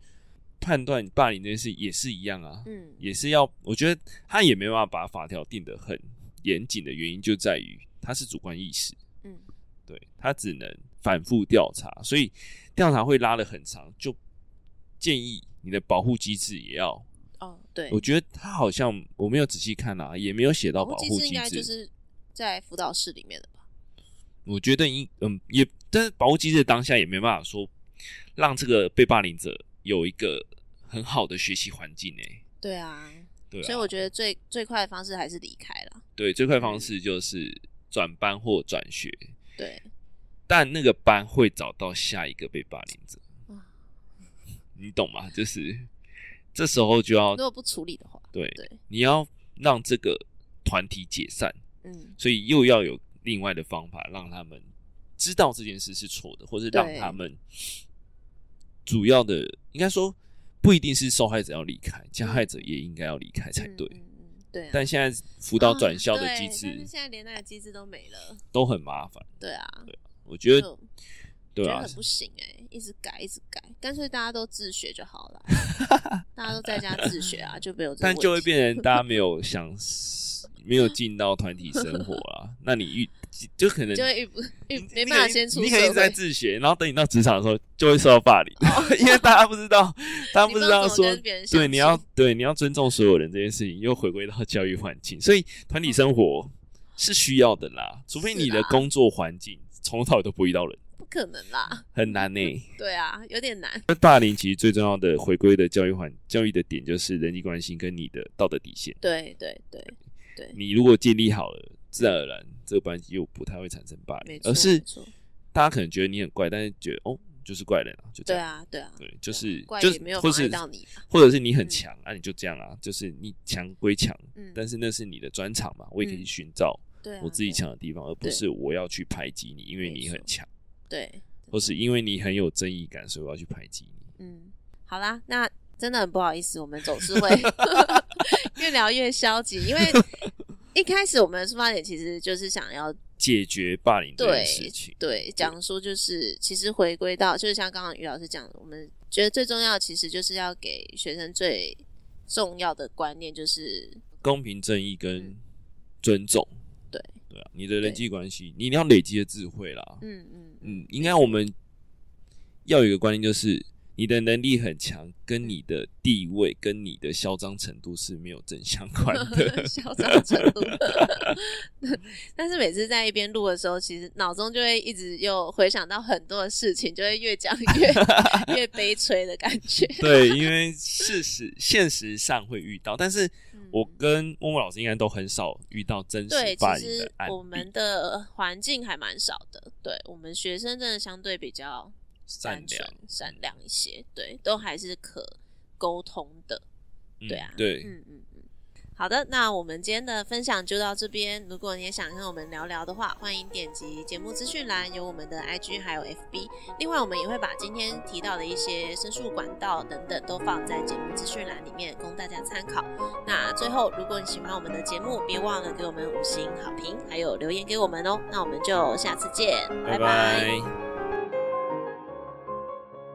Speaker 2: 判断霸凌这件事也是一样啊，
Speaker 1: 嗯
Speaker 2: 也是要，我觉得他也没办法把法条定得很严谨的原因就在于他是主观意识。
Speaker 1: 嗯
Speaker 2: 对他只能反复调查，所以调查会拉得很长，就建议你的保护机制也要。
Speaker 1: 哦对，
Speaker 2: 我觉得他好像我没有仔细看啊，也没有写到保
Speaker 1: 护
Speaker 2: 护
Speaker 1: 制应
Speaker 2: 机
Speaker 1: 该就
Speaker 2: 制。
Speaker 1: 是在辅导室里面的吧？
Speaker 2: 我觉得应嗯也，但是保护机制当下也没办法说让这个被霸凌者有一个很好的学习环境诶、
Speaker 1: 对啊，
Speaker 2: 对、啊，
Speaker 1: 所以我觉嗯得最最快的方式还是离开了。
Speaker 2: 对最快方式就是转班或转学，
Speaker 1: 对，
Speaker 2: 但那个班会找到下一个被霸凌者
Speaker 1: 哇，
Speaker 2: 你懂吗？就是这时候就要
Speaker 1: 如果不处理的话，
Speaker 2: 哦对，
Speaker 1: 对，
Speaker 2: 你要让这个团体解散，
Speaker 1: 嗯，
Speaker 2: 所以又要有另外的方法让他们知道这件事是错的，或是让
Speaker 1: 对
Speaker 2: 他们主要的应该说不一定是受害者要离开，加害者也应该要离开才
Speaker 1: 嗯
Speaker 2: 对。
Speaker 1: 嗯嗯对啊。
Speaker 2: 但现在辅导转校的
Speaker 1: 啊
Speaker 2: 机
Speaker 1: 对但是
Speaker 2: 制
Speaker 1: 现在连那个机制都没了。
Speaker 2: 都很麻烦，
Speaker 1: 对啊，
Speaker 2: 我觉得
Speaker 1: 就
Speaker 2: 对
Speaker 1: 觉得
Speaker 2: 啊
Speaker 1: 很，不行哎、一直改一直改，干脆大家都自学就好 了，大家都在家自学啊，就没有这个
Speaker 2: 但
Speaker 1: 问
Speaker 2: 就会
Speaker 1: 题
Speaker 2: 变成大家没有想没有进到团体生活啊，那你遇就可能
Speaker 1: 就会遇不遇
Speaker 2: 你
Speaker 1: 没
Speaker 2: 你
Speaker 1: 办法
Speaker 2: 可以
Speaker 1: 先出
Speaker 2: 你
Speaker 1: 社
Speaker 2: 可以一直在
Speaker 1: 会，哦
Speaker 2: 自学，然后等你到职场的时候就会受到霸凌， 因为大家不知道，大家
Speaker 1: 你
Speaker 2: 不知
Speaker 1: 知
Speaker 2: 道
Speaker 1: 道怎
Speaker 2: 说
Speaker 1: 么跟别人相
Speaker 2: 对
Speaker 1: 处
Speaker 2: 你要对你要尊重所有人这件事情，又回归到教育环境，所以团体生活是需要的啦，除非
Speaker 1: 嗯是
Speaker 2: 你的
Speaker 1: 啦
Speaker 2: 工作环境从头到尾都不遇到人，
Speaker 1: 不可能啦，
Speaker 2: 很难呢、
Speaker 1: 对啊，有点难，
Speaker 2: 那霸凌其实最重要的回归的教育环教育的点就是人际关系跟你的道德底线，
Speaker 1: 对对对对，
Speaker 2: 你如果建立好了，自然而然这个班级又不太会产生霸
Speaker 1: 没
Speaker 2: 凌，
Speaker 1: 错
Speaker 2: 而
Speaker 1: 没
Speaker 2: 是
Speaker 1: 错
Speaker 2: 大家可能觉得你很怪，但是觉得哦就是怪人啊，就这
Speaker 1: 对
Speaker 2: 样。
Speaker 1: 啊对啊，
Speaker 2: 对，就是
Speaker 1: 怪
Speaker 2: 就
Speaker 1: 也
Speaker 2: 是
Speaker 1: 没有
Speaker 2: 或
Speaker 1: 妨碍
Speaker 2: 是
Speaker 1: 到你吧，
Speaker 2: 或者是你很
Speaker 1: 嗯
Speaker 2: 强、啊，你就这样啊，就是你强归强，
Speaker 1: 嗯，
Speaker 2: 但是那是你的专长嘛，我也可以
Speaker 1: 嗯
Speaker 2: 寻找
Speaker 1: 对啊
Speaker 2: 我自己
Speaker 1: 对
Speaker 2: 强的地方，而不
Speaker 1: 对
Speaker 2: 是我要去排挤你，因为
Speaker 1: 没
Speaker 2: 你很
Speaker 1: 错
Speaker 2: 强，
Speaker 1: 对，
Speaker 2: 或是因为你很有正义感，所以我要去排挤你。
Speaker 1: 嗯，好啦，那真的很不好意思，我们总是 会越聊越消极，因为一开始我们的出发点其实就是想要
Speaker 2: 解决霸凌这
Speaker 1: 对
Speaker 2: 件事情，
Speaker 1: 对讲说，就是其实回归到，就是像刚刚于老师讲的，我们觉得最重要的其实就是要给学生最重要的观念，就是
Speaker 2: 公平正义跟
Speaker 1: 嗯
Speaker 2: 尊重，
Speaker 1: 对
Speaker 2: 对啊，你的人
Speaker 1: 对
Speaker 2: 际关系，你一定要累积的智慧啦，
Speaker 1: 嗯嗯
Speaker 2: 嗯，应该我们要有一个观念，就是你的能力很强，跟你的地位跟你的嚣张程度是没有正相关 的。
Speaker 1: 嚣张程度。 但是每次在一边录的时候，其实脑中就会一直又回想到很多的事情，就会越讲 越越悲催的感觉。
Speaker 2: 对，因为事实现实上会遇到，但是我跟默默老师应该都很少遇到真
Speaker 1: 嗯对，
Speaker 2: 实
Speaker 1: 其
Speaker 2: 霸凌
Speaker 1: 实
Speaker 2: 的案
Speaker 1: 我们
Speaker 2: 例，
Speaker 1: 的环境还蛮少的，对我们学生真的相对比较
Speaker 2: 善
Speaker 1: 单纯
Speaker 2: 良，、
Speaker 1: 善良一些，对，都还是可沟通的，
Speaker 2: 嗯
Speaker 1: 对啊，
Speaker 2: 对，
Speaker 1: 嗯嗯嗯。好的，那我们今天的分享就到这边。如果你也想和我们聊聊的话，欢迎点击节目资讯栏，有我们的 IG 还有 FB。另外，我们也会把今天提到的一些申诉管道等等都放在节目资讯栏里面，供大家参考。那最后，如果你喜欢我们的节目，别忘了给我们五星好评，还有留言给我们哦。那我们就下次见，拜
Speaker 2: 拜拜